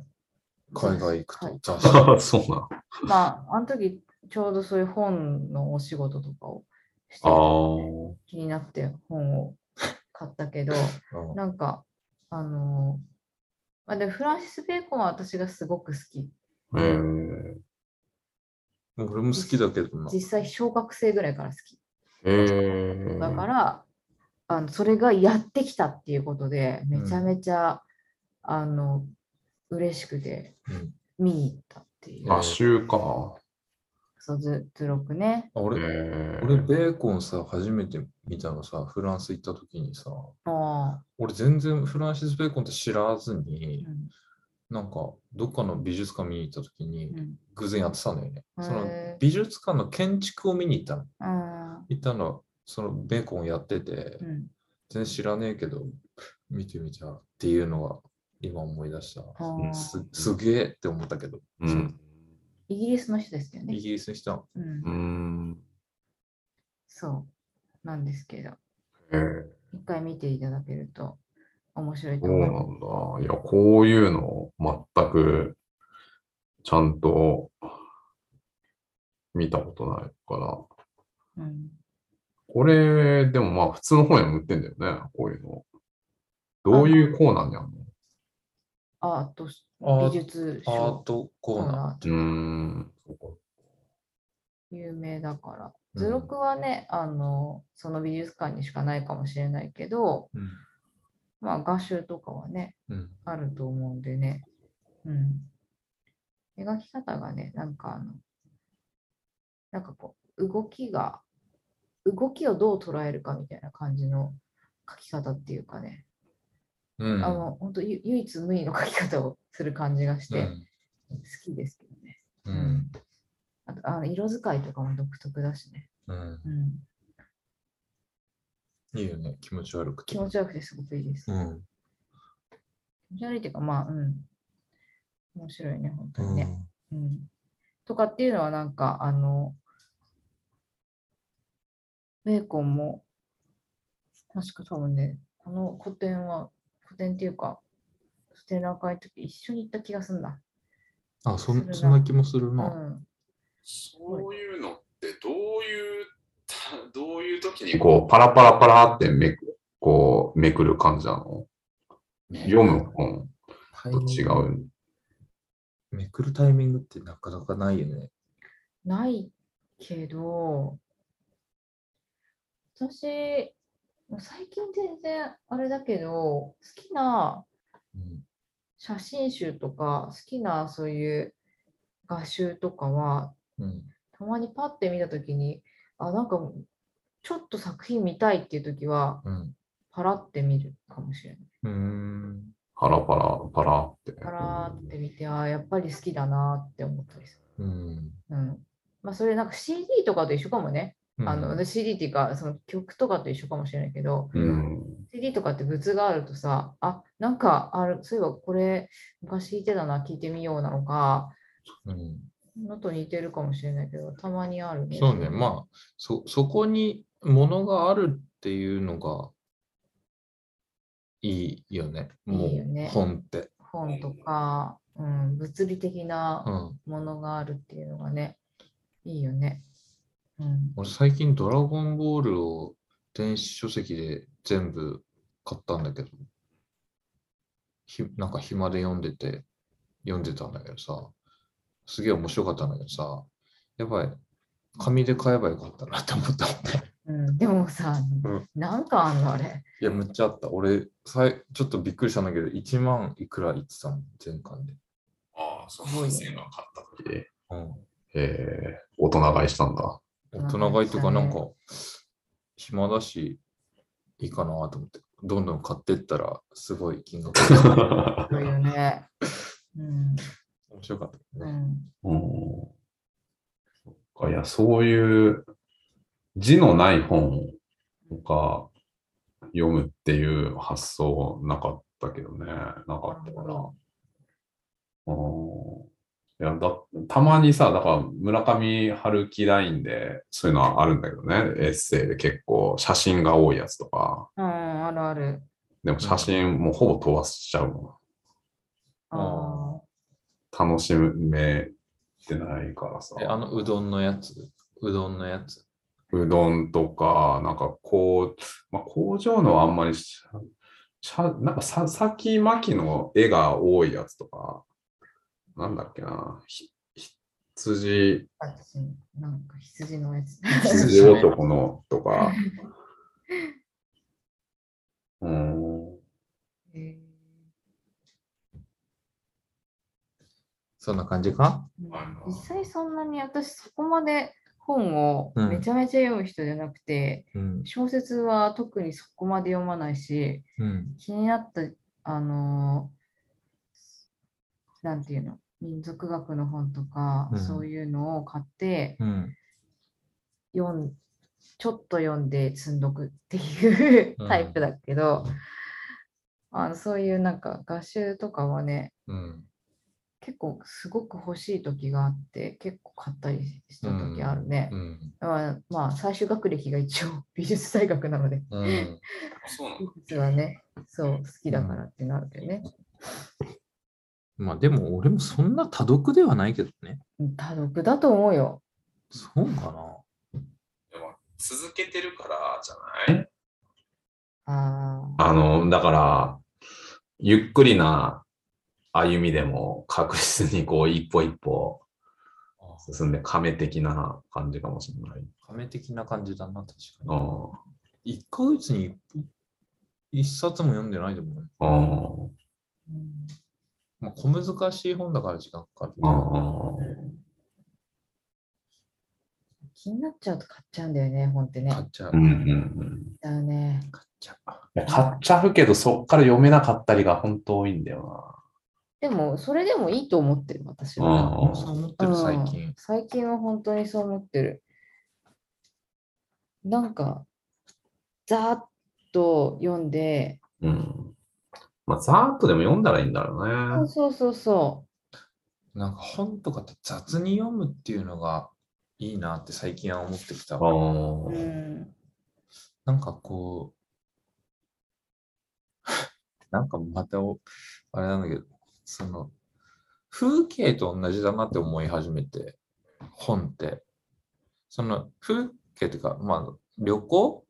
Speaker 2: 海外行く
Speaker 3: はい
Speaker 2: と雑誌。
Speaker 1: ー、 そうなん。
Speaker 3: まあ、あの時ちょうどそういう本のお仕事とかをして
Speaker 1: あ
Speaker 3: て
Speaker 1: あ。
Speaker 3: 気になって本を買ったけど、
Speaker 2: うん
Speaker 3: なんか、あのーまあ、でフランシス・ベーコンは私がすごく好き。
Speaker 1: えー、
Speaker 2: 俺も好きだけどな。
Speaker 3: 実際、小学生ぐらいから好き。
Speaker 1: えー、
Speaker 3: だから、あのそれがやってきたっていうことで、めちゃめちゃ、あの嬉しくて
Speaker 2: うん
Speaker 3: 見に行ったっていう。
Speaker 1: 画集か。
Speaker 3: そう図図録ね。
Speaker 2: あ俺、
Speaker 1: えー、
Speaker 2: 俺、ベーコンさ、初めて見たのさ、フランス行った時にさ、
Speaker 3: あ
Speaker 2: 俺全然フランシス・ベーコンって知らず
Speaker 3: ー
Speaker 2: に、なんか、どっかの美術館見に行った時
Speaker 3: うん
Speaker 2: に、
Speaker 3: うん
Speaker 2: 偶然やってたんだよね。
Speaker 3: へー
Speaker 2: その美術館の建築を見に行ったの。
Speaker 3: あ
Speaker 2: 行ったの、そのベーコンやってて
Speaker 3: ー、うん
Speaker 2: 全然知らねえけど、見てみたっていうのは今思い出した。
Speaker 3: あー
Speaker 2: すすげえって思ったけど、
Speaker 1: うん。
Speaker 3: イギリスの人ですよ
Speaker 2: イ
Speaker 3: ね。
Speaker 2: ギリスの人は
Speaker 3: うん
Speaker 1: う、ん。
Speaker 3: そうなんですけど、
Speaker 1: えー、
Speaker 3: 一回見ていただけると面白いと
Speaker 1: そうな
Speaker 3: 思
Speaker 1: い
Speaker 3: ます。
Speaker 1: んだ。いや、こういうの、全く、ちゃんと、見たことないから。
Speaker 3: うん、
Speaker 1: これ、でもまあ、普通の本屋にも売ってんだよね、こういうの。どういうコーナーにあるの
Speaker 3: アート、
Speaker 2: ア
Speaker 3: 美
Speaker 2: ー
Speaker 3: 術
Speaker 2: アー
Speaker 3: 賞
Speaker 2: トコ
Speaker 3: コ
Speaker 2: ー
Speaker 3: ー
Speaker 2: ナ
Speaker 3: ナ
Speaker 1: うーん。そうか
Speaker 3: ー有名だから。
Speaker 2: うん
Speaker 3: 図録はね、あの、その美術館にしかないかもしれないけど、
Speaker 2: ー。
Speaker 3: まあ、画集とかはね、
Speaker 2: うんうん
Speaker 3: あると思うんでね。うん。描き方がね、なんかあの、なんかこう、動きが、動きをどう捉えるかみたいな感じの描き方っていうかね、
Speaker 2: うん
Speaker 3: あの、本当唯一無二の描き方をする感じがして、好きですけどね。
Speaker 2: うんうん
Speaker 3: あと、あの色使いとかも独特だしね。
Speaker 2: うん
Speaker 3: うん。
Speaker 2: いいよね、気持ち悪くて。
Speaker 3: 気持ち悪くてすごくいいです。
Speaker 2: うん
Speaker 3: 気持ち悪いっていうか、まあ、うん。面白いね、本当
Speaker 2: う
Speaker 3: にね。
Speaker 2: ん
Speaker 3: うんとかっていうのはなんかあのベーコンも確か多分ねこの古典は古典っていうか展覧会の時一緒に行った気がすんだ。
Speaker 2: あ、そ
Speaker 3: する
Speaker 2: ん
Speaker 3: な
Speaker 2: そんな気もする
Speaker 3: う
Speaker 2: な。
Speaker 3: ん、
Speaker 1: そういうのってどういう、どういう時にこう、パラパラパラってめく、こう、めくる感じなの読む本
Speaker 2: タイ
Speaker 1: と
Speaker 2: ミング
Speaker 1: 違う。
Speaker 2: めくるタイミングってなかなかないよね。
Speaker 3: ないけど私もう最近全然あれだけど好きな
Speaker 2: うん
Speaker 3: 写真集とか好きなそういう画集とかは
Speaker 2: うん
Speaker 3: たまにパッて見たときに、あ、なんか、ちょっと作品見たいっていうときは、
Speaker 2: うん
Speaker 3: パラって見るかもしれない。
Speaker 2: うーん
Speaker 1: パラパラ、パラって。
Speaker 3: パラって見て、あ、やっぱり好きだなって思ったりす
Speaker 2: うん
Speaker 3: る。うん。まあ、それなんか CD とかと一緒かもね。
Speaker 2: うん
Speaker 3: あの CD っていうか、その曲とかと一緒かもしれないけど、
Speaker 1: うん。
Speaker 3: CD とかって物があるとさ、あ、なんかある、そういえばこれ昔聞いてたな、聞いてみようなのか、
Speaker 2: うん
Speaker 3: のと似てるかもしれないけど、たまにあるね。
Speaker 2: そうね、まあ、そ、そこに物があるっていうのがいいよね、も
Speaker 3: いいよね
Speaker 2: う本って。
Speaker 3: 本とか、うん、物理的な
Speaker 2: うん。
Speaker 3: ものがあるっていうのがね、いいよね。うん、
Speaker 2: 俺最近ドラゴンボールを電子書籍で全部買ったんだけど、ひ、なんか暇で読んでて、読んでたんだけどさ、すげえ面白かったんだけどさ、やばい、紙で買えばよかったなって思ったもんね。
Speaker 3: うん、でもさ、
Speaker 2: うん
Speaker 3: なんかあんのあれ。
Speaker 2: いや、むっちゃあった。俺、さいちょっとびっくりしたんだけど、1万いくら言ってたの、全巻で。
Speaker 1: ああ、そう
Speaker 3: すごいね
Speaker 1: が買った時で。
Speaker 2: うん。
Speaker 1: ええ大人買いしたんだ。
Speaker 2: 大人買いとか、なん
Speaker 3: な
Speaker 2: か、暇だし、いいかなと思って、どんどん買ってったら、すごい 金額が。
Speaker 3: そうよね。うん、
Speaker 2: 面白かった
Speaker 3: う
Speaker 2: ね。
Speaker 3: ん、
Speaker 1: うん。そっか、いや、そういう字のない本とか読むっていう発想なかったけどね。なかった
Speaker 3: な
Speaker 1: か
Speaker 3: る
Speaker 1: な
Speaker 3: ほ。
Speaker 1: うん。いやだたまにさ、だから村上春樹ラインでそういうのはあるんだけどね、エッセイで結構写真が多いやつとか、
Speaker 3: うん、あるある。
Speaker 1: でも写真もうほぼ飛ばしちゃうもん。
Speaker 3: あー
Speaker 1: 楽しめてないからさ。
Speaker 2: え、あの、うどんのやつ、うどんのやつ。
Speaker 1: うどんとか、なんかこう、まあ、工場のはあんまりし、しゃなんか佐々木真希の絵が多いやつとか、なんだっけな、ひ羊、
Speaker 3: 私なんか羊のやつ。
Speaker 1: 羊男のとか。うーん、
Speaker 3: えー
Speaker 2: そんな感じか
Speaker 1: はい
Speaker 3: 実際そんなに私そこまで本を
Speaker 2: うん
Speaker 3: めちゃめちゃ読む人じゃなくて、
Speaker 2: うん。
Speaker 3: 小説は特にそこまで読まないし、
Speaker 2: うん。
Speaker 3: 気になった、あのーなんていうの、民族学の本とか、
Speaker 2: うん
Speaker 3: そういうのを買って、
Speaker 2: うん。
Speaker 3: 読んちょっと読んで積んどくっていう
Speaker 2: うん
Speaker 3: タイプだけど、あのそういうなんか画集とかはね、
Speaker 2: うん。
Speaker 3: 結構すごく欲しい時があって、結構買ったりした時あるね。
Speaker 2: うん。
Speaker 3: だからまあ、最終学歴が一応美術大学なので、
Speaker 2: うん。
Speaker 1: そうな
Speaker 3: 美術はね、そう、好きだからってなるんだよね。
Speaker 2: まあ、でも俺もそんな多読ではないけどね。
Speaker 3: うん多読だと思うよ。
Speaker 2: そうかな。
Speaker 1: 続けてるからじゃない
Speaker 3: ああ、
Speaker 1: あの、だから、ゆっくりな歩みでも確実にこう一歩一歩進んで、亀的な感じかもしれない。
Speaker 2: 亀的な感じだな、確
Speaker 1: う
Speaker 2: かに。
Speaker 1: ん
Speaker 2: 1ヶ月に1冊も読んでないでもんね。
Speaker 1: うん
Speaker 3: うん
Speaker 2: まあ、小難しい本だから時間かかる。
Speaker 1: うん
Speaker 3: 気になっちゃうと買っちゃうんだよね、本ってね。
Speaker 2: 買っちゃう。
Speaker 1: うんう
Speaker 2: 買っ
Speaker 1: んうん
Speaker 3: だよね。
Speaker 2: ちゃう。
Speaker 1: いや買っちゃうけど、そっから読めなかったりが本当多いんだよ
Speaker 3: でも、それでもいいと思ってる、私
Speaker 1: な。
Speaker 3: は。
Speaker 1: うん
Speaker 2: そう思ってる、最近。
Speaker 3: 最近は本当にそう思ってる。なんか、ざーっと読んで、
Speaker 1: うん。まあ、ざーっとでも読んだらいいんだろう
Speaker 3: そう
Speaker 1: ね。
Speaker 3: そうそうそ
Speaker 2: なんか本とかって雑に読むっていうのがいいなって最近は思ってきた。
Speaker 3: う。う。
Speaker 1: うん
Speaker 2: なんかこう、 なんかまたお、あれなんだけど、その、風景と同じだなって思い始めて、本って。その、風景っていうか、まあ、旅行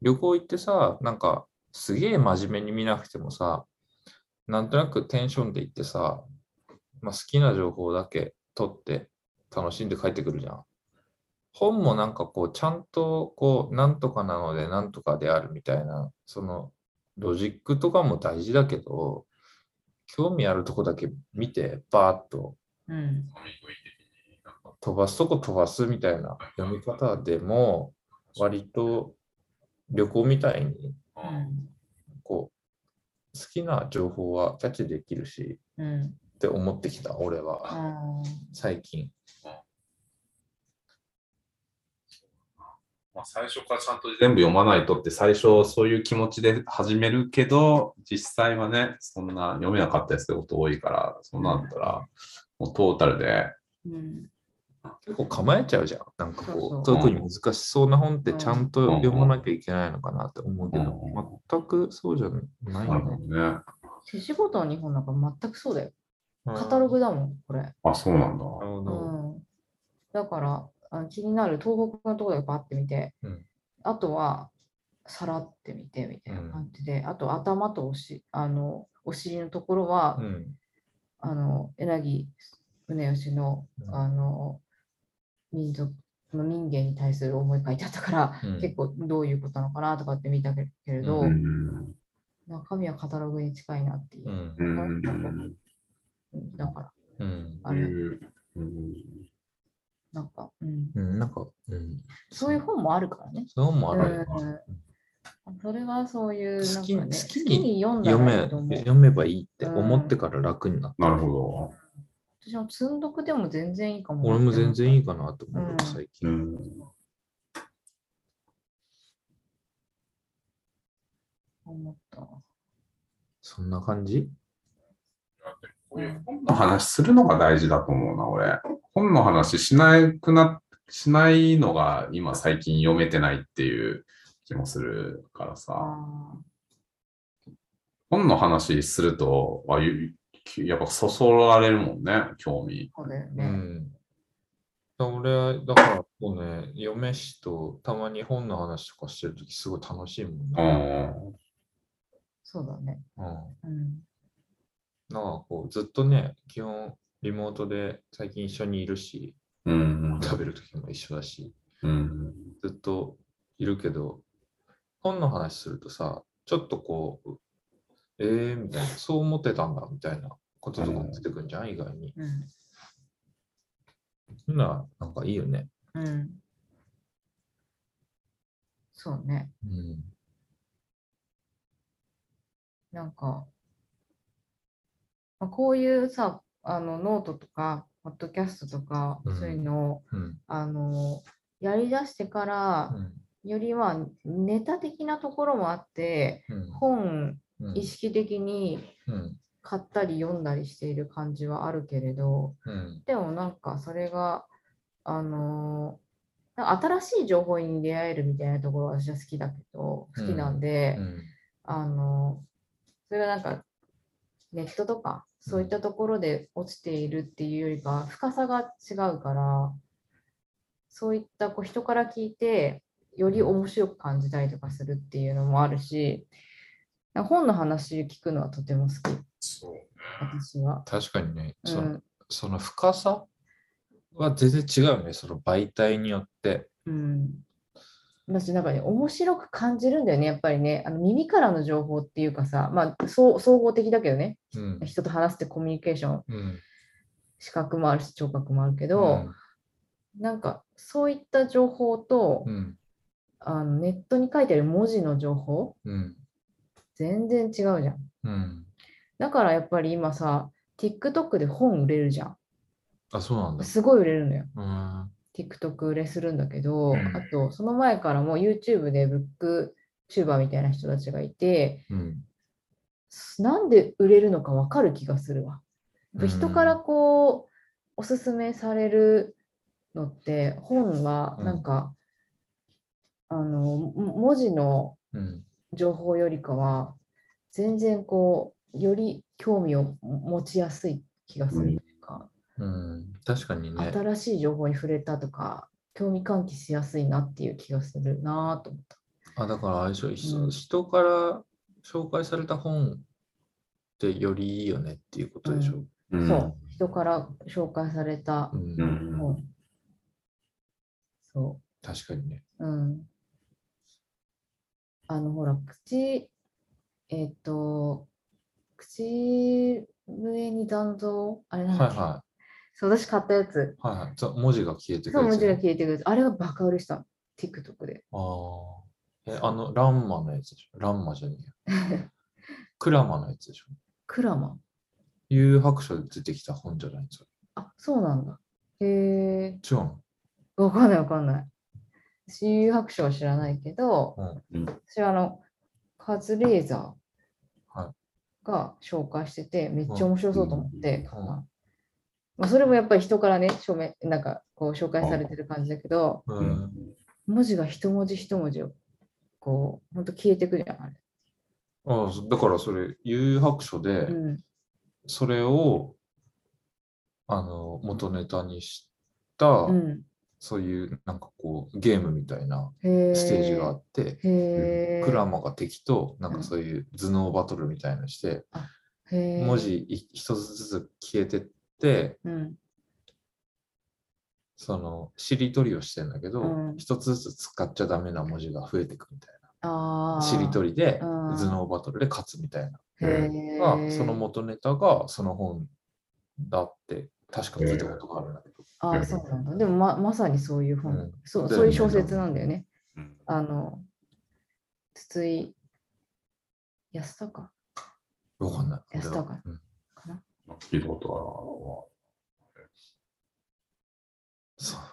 Speaker 2: 旅行行ってさ、なんか、すげえ真面目に見なくてもさ、なんとなくテンションで行ってさ、まあ、好きな情報だけ取って楽しんで帰ってくるじゃん。本もなんかこう、ちゃんとこう、なんとかなのでなんとかであるみたいな、そのロジックとかも大事だけど、興味あるとこだけ見て、バーッと
Speaker 3: うん。
Speaker 2: 飛ばすとこ飛ばすみたいな読み方でも、割と旅行みたいに、
Speaker 3: うん。
Speaker 2: こう、好きな情報はキャッチできるし、
Speaker 3: うん。
Speaker 2: って思ってきた、俺
Speaker 3: あ
Speaker 2: は、
Speaker 3: ー
Speaker 2: 最近。
Speaker 1: まあ、最初からちゃんと全部読まないとって最初そういう気持ちで始めるけど実際はねそんな読めなかったりすること多いからそうなったらもうトータルで
Speaker 3: うん。
Speaker 2: 結構構えちゃうじゃん。なんかこう、
Speaker 3: そう
Speaker 1: そう
Speaker 2: 特に難しそうな本ってちゃんと
Speaker 1: うん
Speaker 2: 読まなきゃいけないのかなって思うけど
Speaker 1: うん、
Speaker 2: 全くそうじゃない
Speaker 1: なる
Speaker 2: よ
Speaker 1: ほ
Speaker 2: ね。
Speaker 1: どね
Speaker 3: 手仕事の日本なんか全くそうだよ。カタログだもん、これ。
Speaker 1: あそうなんだ
Speaker 2: なるほ
Speaker 3: う
Speaker 2: ど。
Speaker 3: ん。だから、あ気になる東北のところでパッて見て、
Speaker 2: うん
Speaker 3: あとは、さらってみてみたいな感じで、あと頭とおしあのお尻のところは、
Speaker 2: うん。
Speaker 3: あの柳宗悦の
Speaker 2: うん
Speaker 3: あの民族の民芸に対する思い書いてあったから、
Speaker 2: うん
Speaker 3: 結構どういうことなのかなとかって見たけれど、
Speaker 1: うん
Speaker 3: 中身はカタログに近いなっていうう、
Speaker 2: ん
Speaker 1: う。ん
Speaker 3: うんだか
Speaker 2: う
Speaker 3: ら
Speaker 2: ん。
Speaker 3: あれ、
Speaker 1: うん
Speaker 3: なんか、うん、
Speaker 2: うん。なんか、うん。
Speaker 3: そういう本もあるからね。
Speaker 2: そうもあ
Speaker 3: う
Speaker 2: るよ
Speaker 3: んそれはそういうなんか、ね、
Speaker 2: 好き好きに
Speaker 3: 読んだ
Speaker 2: 読
Speaker 3: ら
Speaker 2: め
Speaker 3: いいと思う
Speaker 2: 読めばいいって思ってから楽になっ
Speaker 1: なるほ
Speaker 3: 私も積んどくでも全然いいかも
Speaker 2: た。俺も全然い
Speaker 3: い
Speaker 2: いかなと思うよ
Speaker 3: うん
Speaker 2: 最
Speaker 1: ど、う
Speaker 2: 近。
Speaker 1: ん、
Speaker 3: 思ったわ
Speaker 2: そんな感じ
Speaker 1: こういう本の話するのが大事だと思うな俺本の話しなくなしないのが今最近読めてないっていう気もするからさ、
Speaker 3: あ
Speaker 1: 本の話すると、あゆやっぱそそられるもんね、興味。
Speaker 3: ーそうだよ
Speaker 2: う
Speaker 3: ね、
Speaker 2: ん。だ俺は、だからもうね、嫁氏とたまに本の話とかしてるときすごい楽しいもん
Speaker 1: う
Speaker 2: ね。
Speaker 1: ん。
Speaker 3: そうだね
Speaker 2: うん
Speaker 3: うん
Speaker 2: なんかこうずっとね、基本リモートで最近一緒にいるし、
Speaker 1: うん。
Speaker 2: 食べる時も一緒だし、
Speaker 1: うん。
Speaker 2: ずっといるけど、本の話するとさ、ちょっとこう、えーみたいな、そう思ってたんだみたいなこととか出てくるんじゃん、意外に。
Speaker 3: うん
Speaker 2: そんな、なんかいいよね。
Speaker 3: うん。そうね。
Speaker 2: うん。
Speaker 3: なんか、まあ、こういうさ、あのノートとか、ポッドキャストとか、
Speaker 2: うん
Speaker 3: そういうのを、
Speaker 2: うん。
Speaker 3: あの、やりだしてから、よりはネタ的なところもあって、
Speaker 2: うん。
Speaker 3: 本、
Speaker 2: うん。
Speaker 3: 意識的に
Speaker 2: うん。
Speaker 3: 買ったり読んだりしている感じはあるけれど、
Speaker 2: うん。
Speaker 3: でもなんかそれが、あのーなんか新しい情報に出会えるみたいなところは私は好きだけど、好きなんで、
Speaker 2: うん。
Speaker 3: あのーそれがなんかネットとかそういったところで落ちているっていうよりか深さが違うから、そういったこう人から聞いてより面白く感じたりとかするっていうのもあるし、なんか本の話聞くのはとても好き、
Speaker 1: そう。
Speaker 3: 私は。
Speaker 2: 確かにね、
Speaker 3: う
Speaker 2: その
Speaker 3: ん、
Speaker 2: その深さは全然違うよね、その媒体によって。
Speaker 3: うん。私なんかね、面白く感じるんだよね、やっぱりね。あの耳からの情報っていうかさ、まあ、そう総合的だけどね、
Speaker 2: うん。
Speaker 3: 人と話すってコミュニケーション、
Speaker 2: うん。
Speaker 3: 視覚もあるし、聴覚もあるけど、なんかそういった情報と、
Speaker 2: うん。
Speaker 3: あのネットに書いてある文字の情報、
Speaker 2: うん。
Speaker 3: 全然違うじゃん。
Speaker 2: うん。
Speaker 3: だからやっぱり今さ、TikTok で本売れるじゃ
Speaker 2: あ、そうなん
Speaker 3: ん。
Speaker 2: だ。
Speaker 3: すごい売れるのよ。
Speaker 2: うん。
Speaker 3: TikTok 売れするんだけど、
Speaker 1: うん
Speaker 3: あとその前からも YouTube でブックチューバーみたいな人たちがいて、
Speaker 2: うん。
Speaker 3: なんで売れるのか分かる気がするわ。やっぱ人からこう、おすすめされるのって本は
Speaker 2: うん
Speaker 3: なんか、あのも文字の
Speaker 2: うん。
Speaker 3: 情報よりかは全然こうより興味を持ちやすい気がするというか、
Speaker 2: うん。確かにね。
Speaker 3: 新しい情報に触れたとか興味喚起しやすいなっていう気がするなぁと思った。
Speaker 2: あ、だから、あれでしょ、人
Speaker 3: うん
Speaker 2: 人から紹介された本ってよりいいよねっていうことでしょ。
Speaker 1: うん。
Speaker 3: そう人から紹介された
Speaker 2: うん。
Speaker 1: うん。
Speaker 3: 本。そう
Speaker 2: 確かにね。
Speaker 3: うん。あの、ほら、口、えっ、と、口笛に残像、あれな
Speaker 2: は
Speaker 3: ん
Speaker 2: い
Speaker 3: だっけ、
Speaker 2: は
Speaker 3: そう、私買ったやつ、
Speaker 2: い。はいはい。そう文字が消えてく
Speaker 3: そう、
Speaker 2: るや
Speaker 3: 文
Speaker 2: つ
Speaker 3: 字
Speaker 2: ね、
Speaker 3: が消えてくる。あれがバカ売れした、TikTok で。
Speaker 2: ああ。え、あの、ランマのやつでしょ。ランマじゃねえ や。クラマのやつでしょ。
Speaker 3: クラマ。
Speaker 2: 有白書で出てきた本じゃないんですよ。
Speaker 3: あ、そうなんだ。へえ、
Speaker 2: 違うの
Speaker 3: わかんないわかんない。私有白書は知らないけど、
Speaker 1: うんうん
Speaker 3: 私はあの、カズレーザ
Speaker 2: は
Speaker 3: ーが紹介してて、めっちゃ面白そうと思って、
Speaker 2: うんうん
Speaker 3: まあ、それもやっぱり人からね、証明、なんかこう紹介されてる感じだけど、
Speaker 2: う
Speaker 1: うんん。
Speaker 3: 文字が一文字一文字を、こう、ほんと消えてくじゃん、あ
Speaker 2: ああそだからそれ、有白書で、
Speaker 3: れ。うん。
Speaker 2: それをあの元ネタにした、
Speaker 3: うん、
Speaker 2: そういうなんかこうゲームみたいな
Speaker 3: へ
Speaker 2: ステージがあって、
Speaker 3: て、へー
Speaker 2: クラマが敵となん
Speaker 3: う
Speaker 2: か
Speaker 3: ん
Speaker 2: そういう頭脳バトルみたいなのして、
Speaker 3: へー
Speaker 2: 文字い一つずつ消えてって
Speaker 3: うん、
Speaker 2: そのしりとりをしてんだけど、
Speaker 3: うん
Speaker 2: 一つずつ使っちゃダメな文字が増えてくみたい
Speaker 3: あ
Speaker 2: なしりと
Speaker 3: り
Speaker 2: りで
Speaker 3: うん
Speaker 2: 頭脳バトルで勝つみたいな
Speaker 3: へ
Speaker 2: が、
Speaker 3: ー
Speaker 2: その元ネタがその本だって確か聞いたことがあるんだけど。
Speaker 3: あーそうなんだ。でもままさにそういう本、
Speaker 2: うん
Speaker 3: そう、
Speaker 2: だ
Speaker 3: そう
Speaker 2: よ
Speaker 3: いう
Speaker 2: ね
Speaker 3: 小説なんだよね。
Speaker 1: うん
Speaker 3: あの、筒井康隆か
Speaker 2: わかんない。
Speaker 3: 安田か
Speaker 2: うん
Speaker 3: な。
Speaker 1: 聞いたこと
Speaker 2: そう
Speaker 1: は、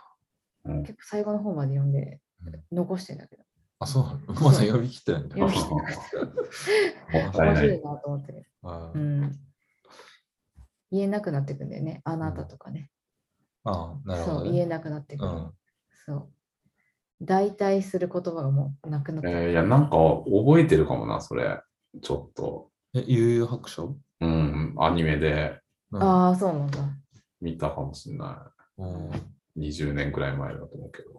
Speaker 1: うん
Speaker 3: 結構最後の方まで読んで
Speaker 2: うん、
Speaker 3: 残してんだけど、
Speaker 2: あ、そうなの まだ読み切ってないんだ。
Speaker 3: 読み切っ
Speaker 2: あ
Speaker 1: もったい
Speaker 3: 面
Speaker 1: な。
Speaker 3: 白いないと思ってる。
Speaker 2: あ
Speaker 3: うん。言えなくなってくんだよね。あなたとかね。
Speaker 2: ああ、なるほ
Speaker 3: そ
Speaker 2: ど、
Speaker 3: う、
Speaker 2: ね。
Speaker 3: 言えなくなってく
Speaker 2: う
Speaker 3: る。
Speaker 2: ん。
Speaker 3: そう。代替する言葉がもうなくなって
Speaker 1: え
Speaker 3: る
Speaker 1: ーいや、なんか覚えてるかもな、それ。ちょっと。
Speaker 2: え、悠々白書
Speaker 1: うん、アニメで
Speaker 2: うん
Speaker 3: ああ、そうなんだ。
Speaker 1: 見たかもしれな
Speaker 2: うん。うん
Speaker 1: い。20年くらい前だと思うけど。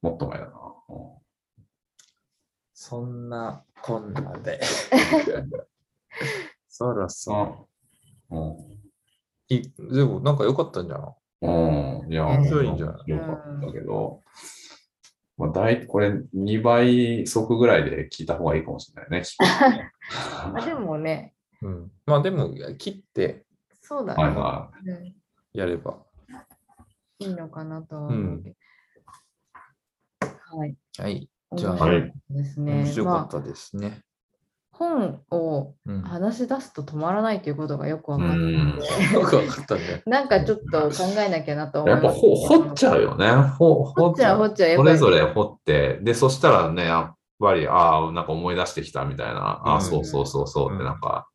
Speaker 1: もっと前だな。う
Speaker 2: そんなこんなで。 そろそろ。
Speaker 1: ん。
Speaker 2: いでも、なんか良かったんじゃん。
Speaker 1: うん。うん。いや、
Speaker 3: 面
Speaker 2: 白いんじゃない
Speaker 1: 面白かったけど。まあ、大これ2倍速ぐらいで聞いた方がいいかもしれないね。
Speaker 3: あでもね、
Speaker 2: うん。まあでも、切って
Speaker 3: そうだね。
Speaker 1: はいは
Speaker 3: うん
Speaker 2: やれば。
Speaker 3: いいのかなとは思うけど、はい。
Speaker 2: はい。じゃあ
Speaker 3: 面白いですね。
Speaker 2: 面白かっ
Speaker 3: まあ、
Speaker 2: たですね。
Speaker 3: 本を
Speaker 2: うん。よ
Speaker 3: 話し出すと止まらないということがよくわ
Speaker 1: い。う
Speaker 3: かる。
Speaker 1: ん。
Speaker 2: くわかったね。
Speaker 3: なんかちょっと考えなきゃなと思い
Speaker 1: やっ
Speaker 3: ます。
Speaker 1: ぱほ掘っちゃうよね。ほ
Speaker 3: 掘っちゃう、掘
Speaker 1: う。
Speaker 3: っちゃう。やっ
Speaker 1: そ
Speaker 3: ぱ
Speaker 1: れ
Speaker 3: り
Speaker 1: ぞれ掘って、で、そしたらね、やっぱり、ああ、なんか思い出してきたみたいな、あ
Speaker 2: うん
Speaker 1: あ、そうそうそうそうって、なんか、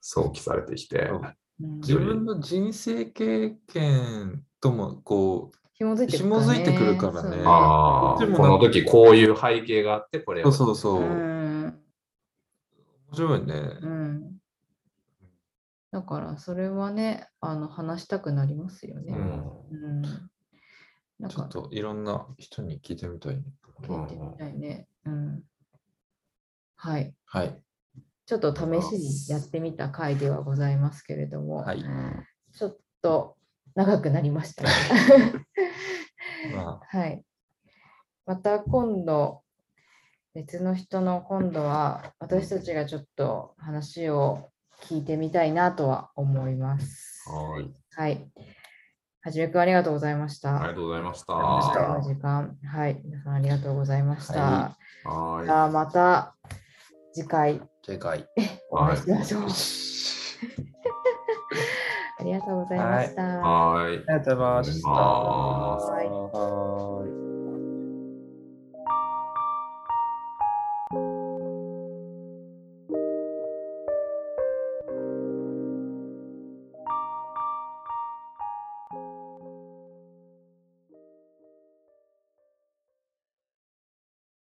Speaker 1: 想起されてきて。
Speaker 3: うんうん
Speaker 2: 自分の人生経験とも、こう、
Speaker 3: 紐づいてくる
Speaker 2: 紐づいてくるからね
Speaker 3: そう
Speaker 1: ああ、
Speaker 2: で
Speaker 1: こ
Speaker 2: も
Speaker 1: の時こういう背景があって、これ
Speaker 2: そ
Speaker 1: を
Speaker 2: うそうそうう。
Speaker 3: ん。
Speaker 2: 面白いね。
Speaker 3: うん。だから、それはね、あの、話したくなりますよ
Speaker 1: う
Speaker 3: ね。
Speaker 1: ん。
Speaker 3: うん。なん
Speaker 2: ちょ
Speaker 3: か
Speaker 2: っ、といろんな人に聞いてみたいね。
Speaker 3: 聞いてみたいね。うん。はい。
Speaker 2: はい。
Speaker 3: ちょっと試しにやってみた回ではございますけれども、
Speaker 2: はい。
Speaker 3: ちょっと長くなりましたね。
Speaker 2: ま
Speaker 3: はい。また今度、別の人の今度は、私たちがちょっと話を聞いてみたいなとは思います。
Speaker 1: はい。
Speaker 3: はい。はじめくんありがとうございまし
Speaker 1: あり
Speaker 3: た。
Speaker 1: がとうございました。
Speaker 2: ありがとうございま
Speaker 3: お時間。はい。皆さんありがとうございました。
Speaker 2: は
Speaker 1: は
Speaker 3: じゃあまた次回
Speaker 2: あ、次回。
Speaker 3: お会いしま しょう。
Speaker 2: あ
Speaker 3: ありがとうございました。
Speaker 1: い。はい。
Speaker 2: りがとうございました。
Speaker 1: ありがとうご
Speaker 3: ざいま